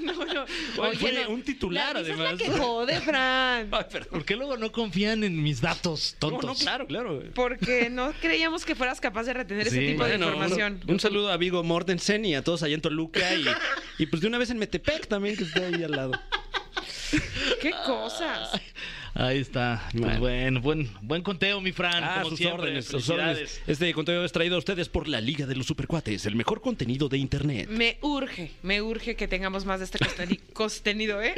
[SPEAKER 2] No, no.
[SPEAKER 5] Oye, fue
[SPEAKER 2] no.
[SPEAKER 5] un titular,
[SPEAKER 2] La risa
[SPEAKER 5] además.
[SPEAKER 2] Es la que jode,
[SPEAKER 4] *laughs*
[SPEAKER 2] Fran.
[SPEAKER 5] Ay, perdón.
[SPEAKER 4] ¿Por qué luego no confían en mis datos, tontos?
[SPEAKER 5] No, no, claro, claro.
[SPEAKER 2] Porque no creíamos que fueras capaz de retener
[SPEAKER 4] Sí,
[SPEAKER 2] ese tipo
[SPEAKER 5] Bueno,
[SPEAKER 2] de información.
[SPEAKER 5] Un, un saludo a Vigo Mortensen y a todos allá en Toluca y, y pues de una vez en Metepec también que está ahí al lado.
[SPEAKER 2] ¿Qué cosas?
[SPEAKER 4] Ahí está. Pues bueno, buen, buen conteo, mi Fran.
[SPEAKER 5] Ah,
[SPEAKER 4] como
[SPEAKER 5] sus
[SPEAKER 4] siempre.
[SPEAKER 5] órdenes, sus
[SPEAKER 4] Felicidades.
[SPEAKER 5] órdenes. Este contenido es traído a ustedes por la Liga de los Supercuates, el mejor contenido de internet.
[SPEAKER 2] Me urge, me urge que tengamos más de este costeni-
[SPEAKER 5] *laughs*
[SPEAKER 2] contenido, ¿eh?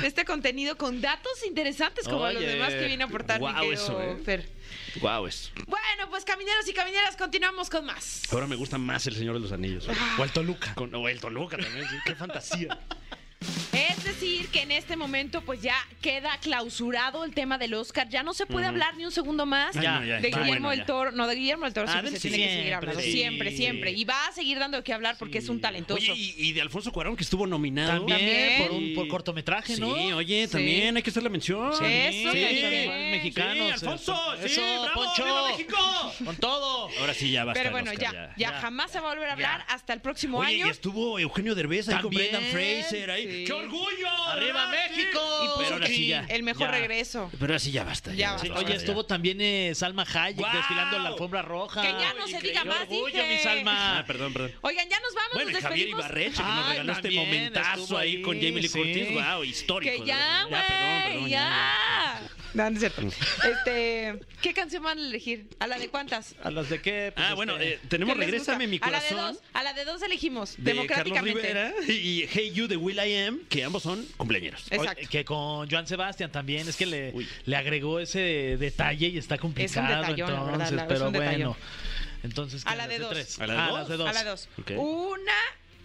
[SPEAKER 2] De este contenido con datos interesantes como los
[SPEAKER 5] Oye,
[SPEAKER 2] demás que viene a aportar mi
[SPEAKER 5] guau,
[SPEAKER 2] querido
[SPEAKER 5] eso, ¿eh?
[SPEAKER 2] Fer.
[SPEAKER 5] Guau, es.
[SPEAKER 2] Bueno, pues camineros y camineras, continuamos con más.
[SPEAKER 5] Ahora me gusta más el Señor de los Anillos.
[SPEAKER 2] Ah.
[SPEAKER 5] O el Toluca. Con, o el Toluca también. sí, Qué
[SPEAKER 4] *laughs*
[SPEAKER 5] fantasía.
[SPEAKER 2] Es decir, que en este momento pues ya queda clausurado el tema del Oscar. Ya no se puede hablar ni un segundo más
[SPEAKER 5] Ay,
[SPEAKER 4] Ya,
[SPEAKER 5] no,
[SPEAKER 4] ya,
[SPEAKER 2] de
[SPEAKER 4] está
[SPEAKER 2] Guillermo
[SPEAKER 5] bueno,
[SPEAKER 2] del
[SPEAKER 5] ya.
[SPEAKER 2] Toro. No, de Guillermo del Toro
[SPEAKER 5] Ah,
[SPEAKER 2] siempre se tiene
[SPEAKER 5] del
[SPEAKER 2] que seguir
[SPEAKER 5] siempre,
[SPEAKER 2] hablando.
[SPEAKER 5] sí.
[SPEAKER 2] Siempre, siempre. Y va a seguir dando de qué hablar porque es un talentoso.
[SPEAKER 5] Oye, y, y de Alfonso Cuarón, que estuvo nominado.
[SPEAKER 4] También, por, un,
[SPEAKER 5] Y-
[SPEAKER 4] por cortometraje, ¿no?
[SPEAKER 5] Sí, oye, también hay que hacer la mención.
[SPEAKER 2] Sí. Eso,
[SPEAKER 4] sí,
[SPEAKER 2] también.
[SPEAKER 4] también, mexicanos.
[SPEAKER 5] Sí, Alfonso, sí,
[SPEAKER 4] Eso,
[SPEAKER 5] bravo,
[SPEAKER 4] Poncho.
[SPEAKER 5] viva México.
[SPEAKER 4] Con todo.
[SPEAKER 5] Ahora sí ya basta.
[SPEAKER 2] Pero
[SPEAKER 5] el
[SPEAKER 2] bueno,
[SPEAKER 5] Oscar,
[SPEAKER 2] ya, ya, jamás se va a volver a
[SPEAKER 5] Ya.
[SPEAKER 2] hablar hasta el próximo
[SPEAKER 5] Oye,
[SPEAKER 2] año.
[SPEAKER 5] y estuvo Eugenio Derbez ahí con
[SPEAKER 4] También,
[SPEAKER 5] Brendan Fraser ahí.
[SPEAKER 2] sí.
[SPEAKER 5] ¡Qué orgullo! ¿verdad?
[SPEAKER 4] ¡Arriba
[SPEAKER 5] Sí.
[SPEAKER 4] México!
[SPEAKER 2] Y puso
[SPEAKER 5] Pero ahora sí ya.
[SPEAKER 2] El mejor
[SPEAKER 5] ya.
[SPEAKER 2] regreso.
[SPEAKER 5] Pero así ya basta.
[SPEAKER 2] Ya
[SPEAKER 5] basta,
[SPEAKER 2] basta.
[SPEAKER 4] Oye,
[SPEAKER 5] ya.
[SPEAKER 4] estuvo también eh, Salma Hayek
[SPEAKER 5] ¡Guau!
[SPEAKER 4] desfilando en la alfombra roja.
[SPEAKER 2] Que ya no se
[SPEAKER 4] Increíble.
[SPEAKER 2] diga más,
[SPEAKER 4] orgullo,
[SPEAKER 2] dije.
[SPEAKER 4] mi Salma.
[SPEAKER 5] Ah, perdón, perdón.
[SPEAKER 2] Oigan, ya nos vamos,
[SPEAKER 5] Bueno, y
[SPEAKER 2] nos
[SPEAKER 5] Javier
[SPEAKER 2] despedimos.
[SPEAKER 5] Ibarreche, que nos
[SPEAKER 4] Ay,
[SPEAKER 5] regaló este
[SPEAKER 4] también
[SPEAKER 5] momentazo
[SPEAKER 4] estuvo
[SPEAKER 5] ahí
[SPEAKER 4] ahí,
[SPEAKER 5] con Jamie Lee
[SPEAKER 4] sí.
[SPEAKER 5] Curtis. Wow, histórico.
[SPEAKER 2] Que
[SPEAKER 5] de
[SPEAKER 2] ya,
[SPEAKER 5] verdad.
[SPEAKER 2] güey, ya. Ah, No, no es
[SPEAKER 5] Mm.
[SPEAKER 2] cierto. Este, ¿qué canción van a elegir? ¿A la de cuántas?
[SPEAKER 4] ¿A las de qué? Pues,
[SPEAKER 5] Ah, bueno,
[SPEAKER 4] este,
[SPEAKER 5] eh, tenemos
[SPEAKER 2] ¿Qué les
[SPEAKER 5] Regrésame
[SPEAKER 2] gusta? A
[SPEAKER 5] mi
[SPEAKER 2] la de
[SPEAKER 5] corazón.
[SPEAKER 2] dos, a la de dos elegimos,
[SPEAKER 5] De Carlos
[SPEAKER 2] democráticamente.
[SPEAKER 5] Rivera y Hey You de Will I Am, que ambos son cumpleañeros.
[SPEAKER 4] oye,
[SPEAKER 2] Exacto.
[SPEAKER 4] que con Joan Sebastián también, es que le,
[SPEAKER 5] Uy.
[SPEAKER 4] le agregó ese detalle y está complicado.
[SPEAKER 2] detallón, la verdad,
[SPEAKER 4] entonces,
[SPEAKER 2] la- es
[SPEAKER 4] pero
[SPEAKER 2] un detallón.
[SPEAKER 4] bueno. Entonces, ¿qué?
[SPEAKER 2] A la de dos.
[SPEAKER 4] tres? Ah,
[SPEAKER 5] ¿A la de dos?
[SPEAKER 4] las de dos.
[SPEAKER 2] A la dos.
[SPEAKER 5] Ok.
[SPEAKER 2] Una,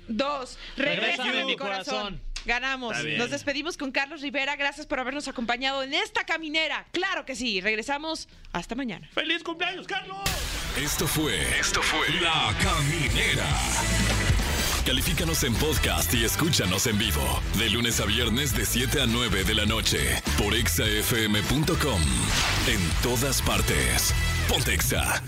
[SPEAKER 2] dos.
[SPEAKER 4] Regrésame,
[SPEAKER 2] Regrésame mi
[SPEAKER 4] mi
[SPEAKER 2] corazón.
[SPEAKER 4] corazón.
[SPEAKER 2] Ganamos.
[SPEAKER 5] Está bien.
[SPEAKER 2] Nos despedimos con Carlos Rivera. Gracias por habernos acompañado en esta caminera. Claro que sí. Regresamos. Hasta mañana.
[SPEAKER 5] ¡Feliz cumpleaños, Carlos!
[SPEAKER 1] Esto fue. Esto fue. La Caminera. Califícanos en podcast y escúchanos en vivo. De lunes a viernes, de 7 a 9 de la noche. Por exafm.com. En todas partes. Pontexa.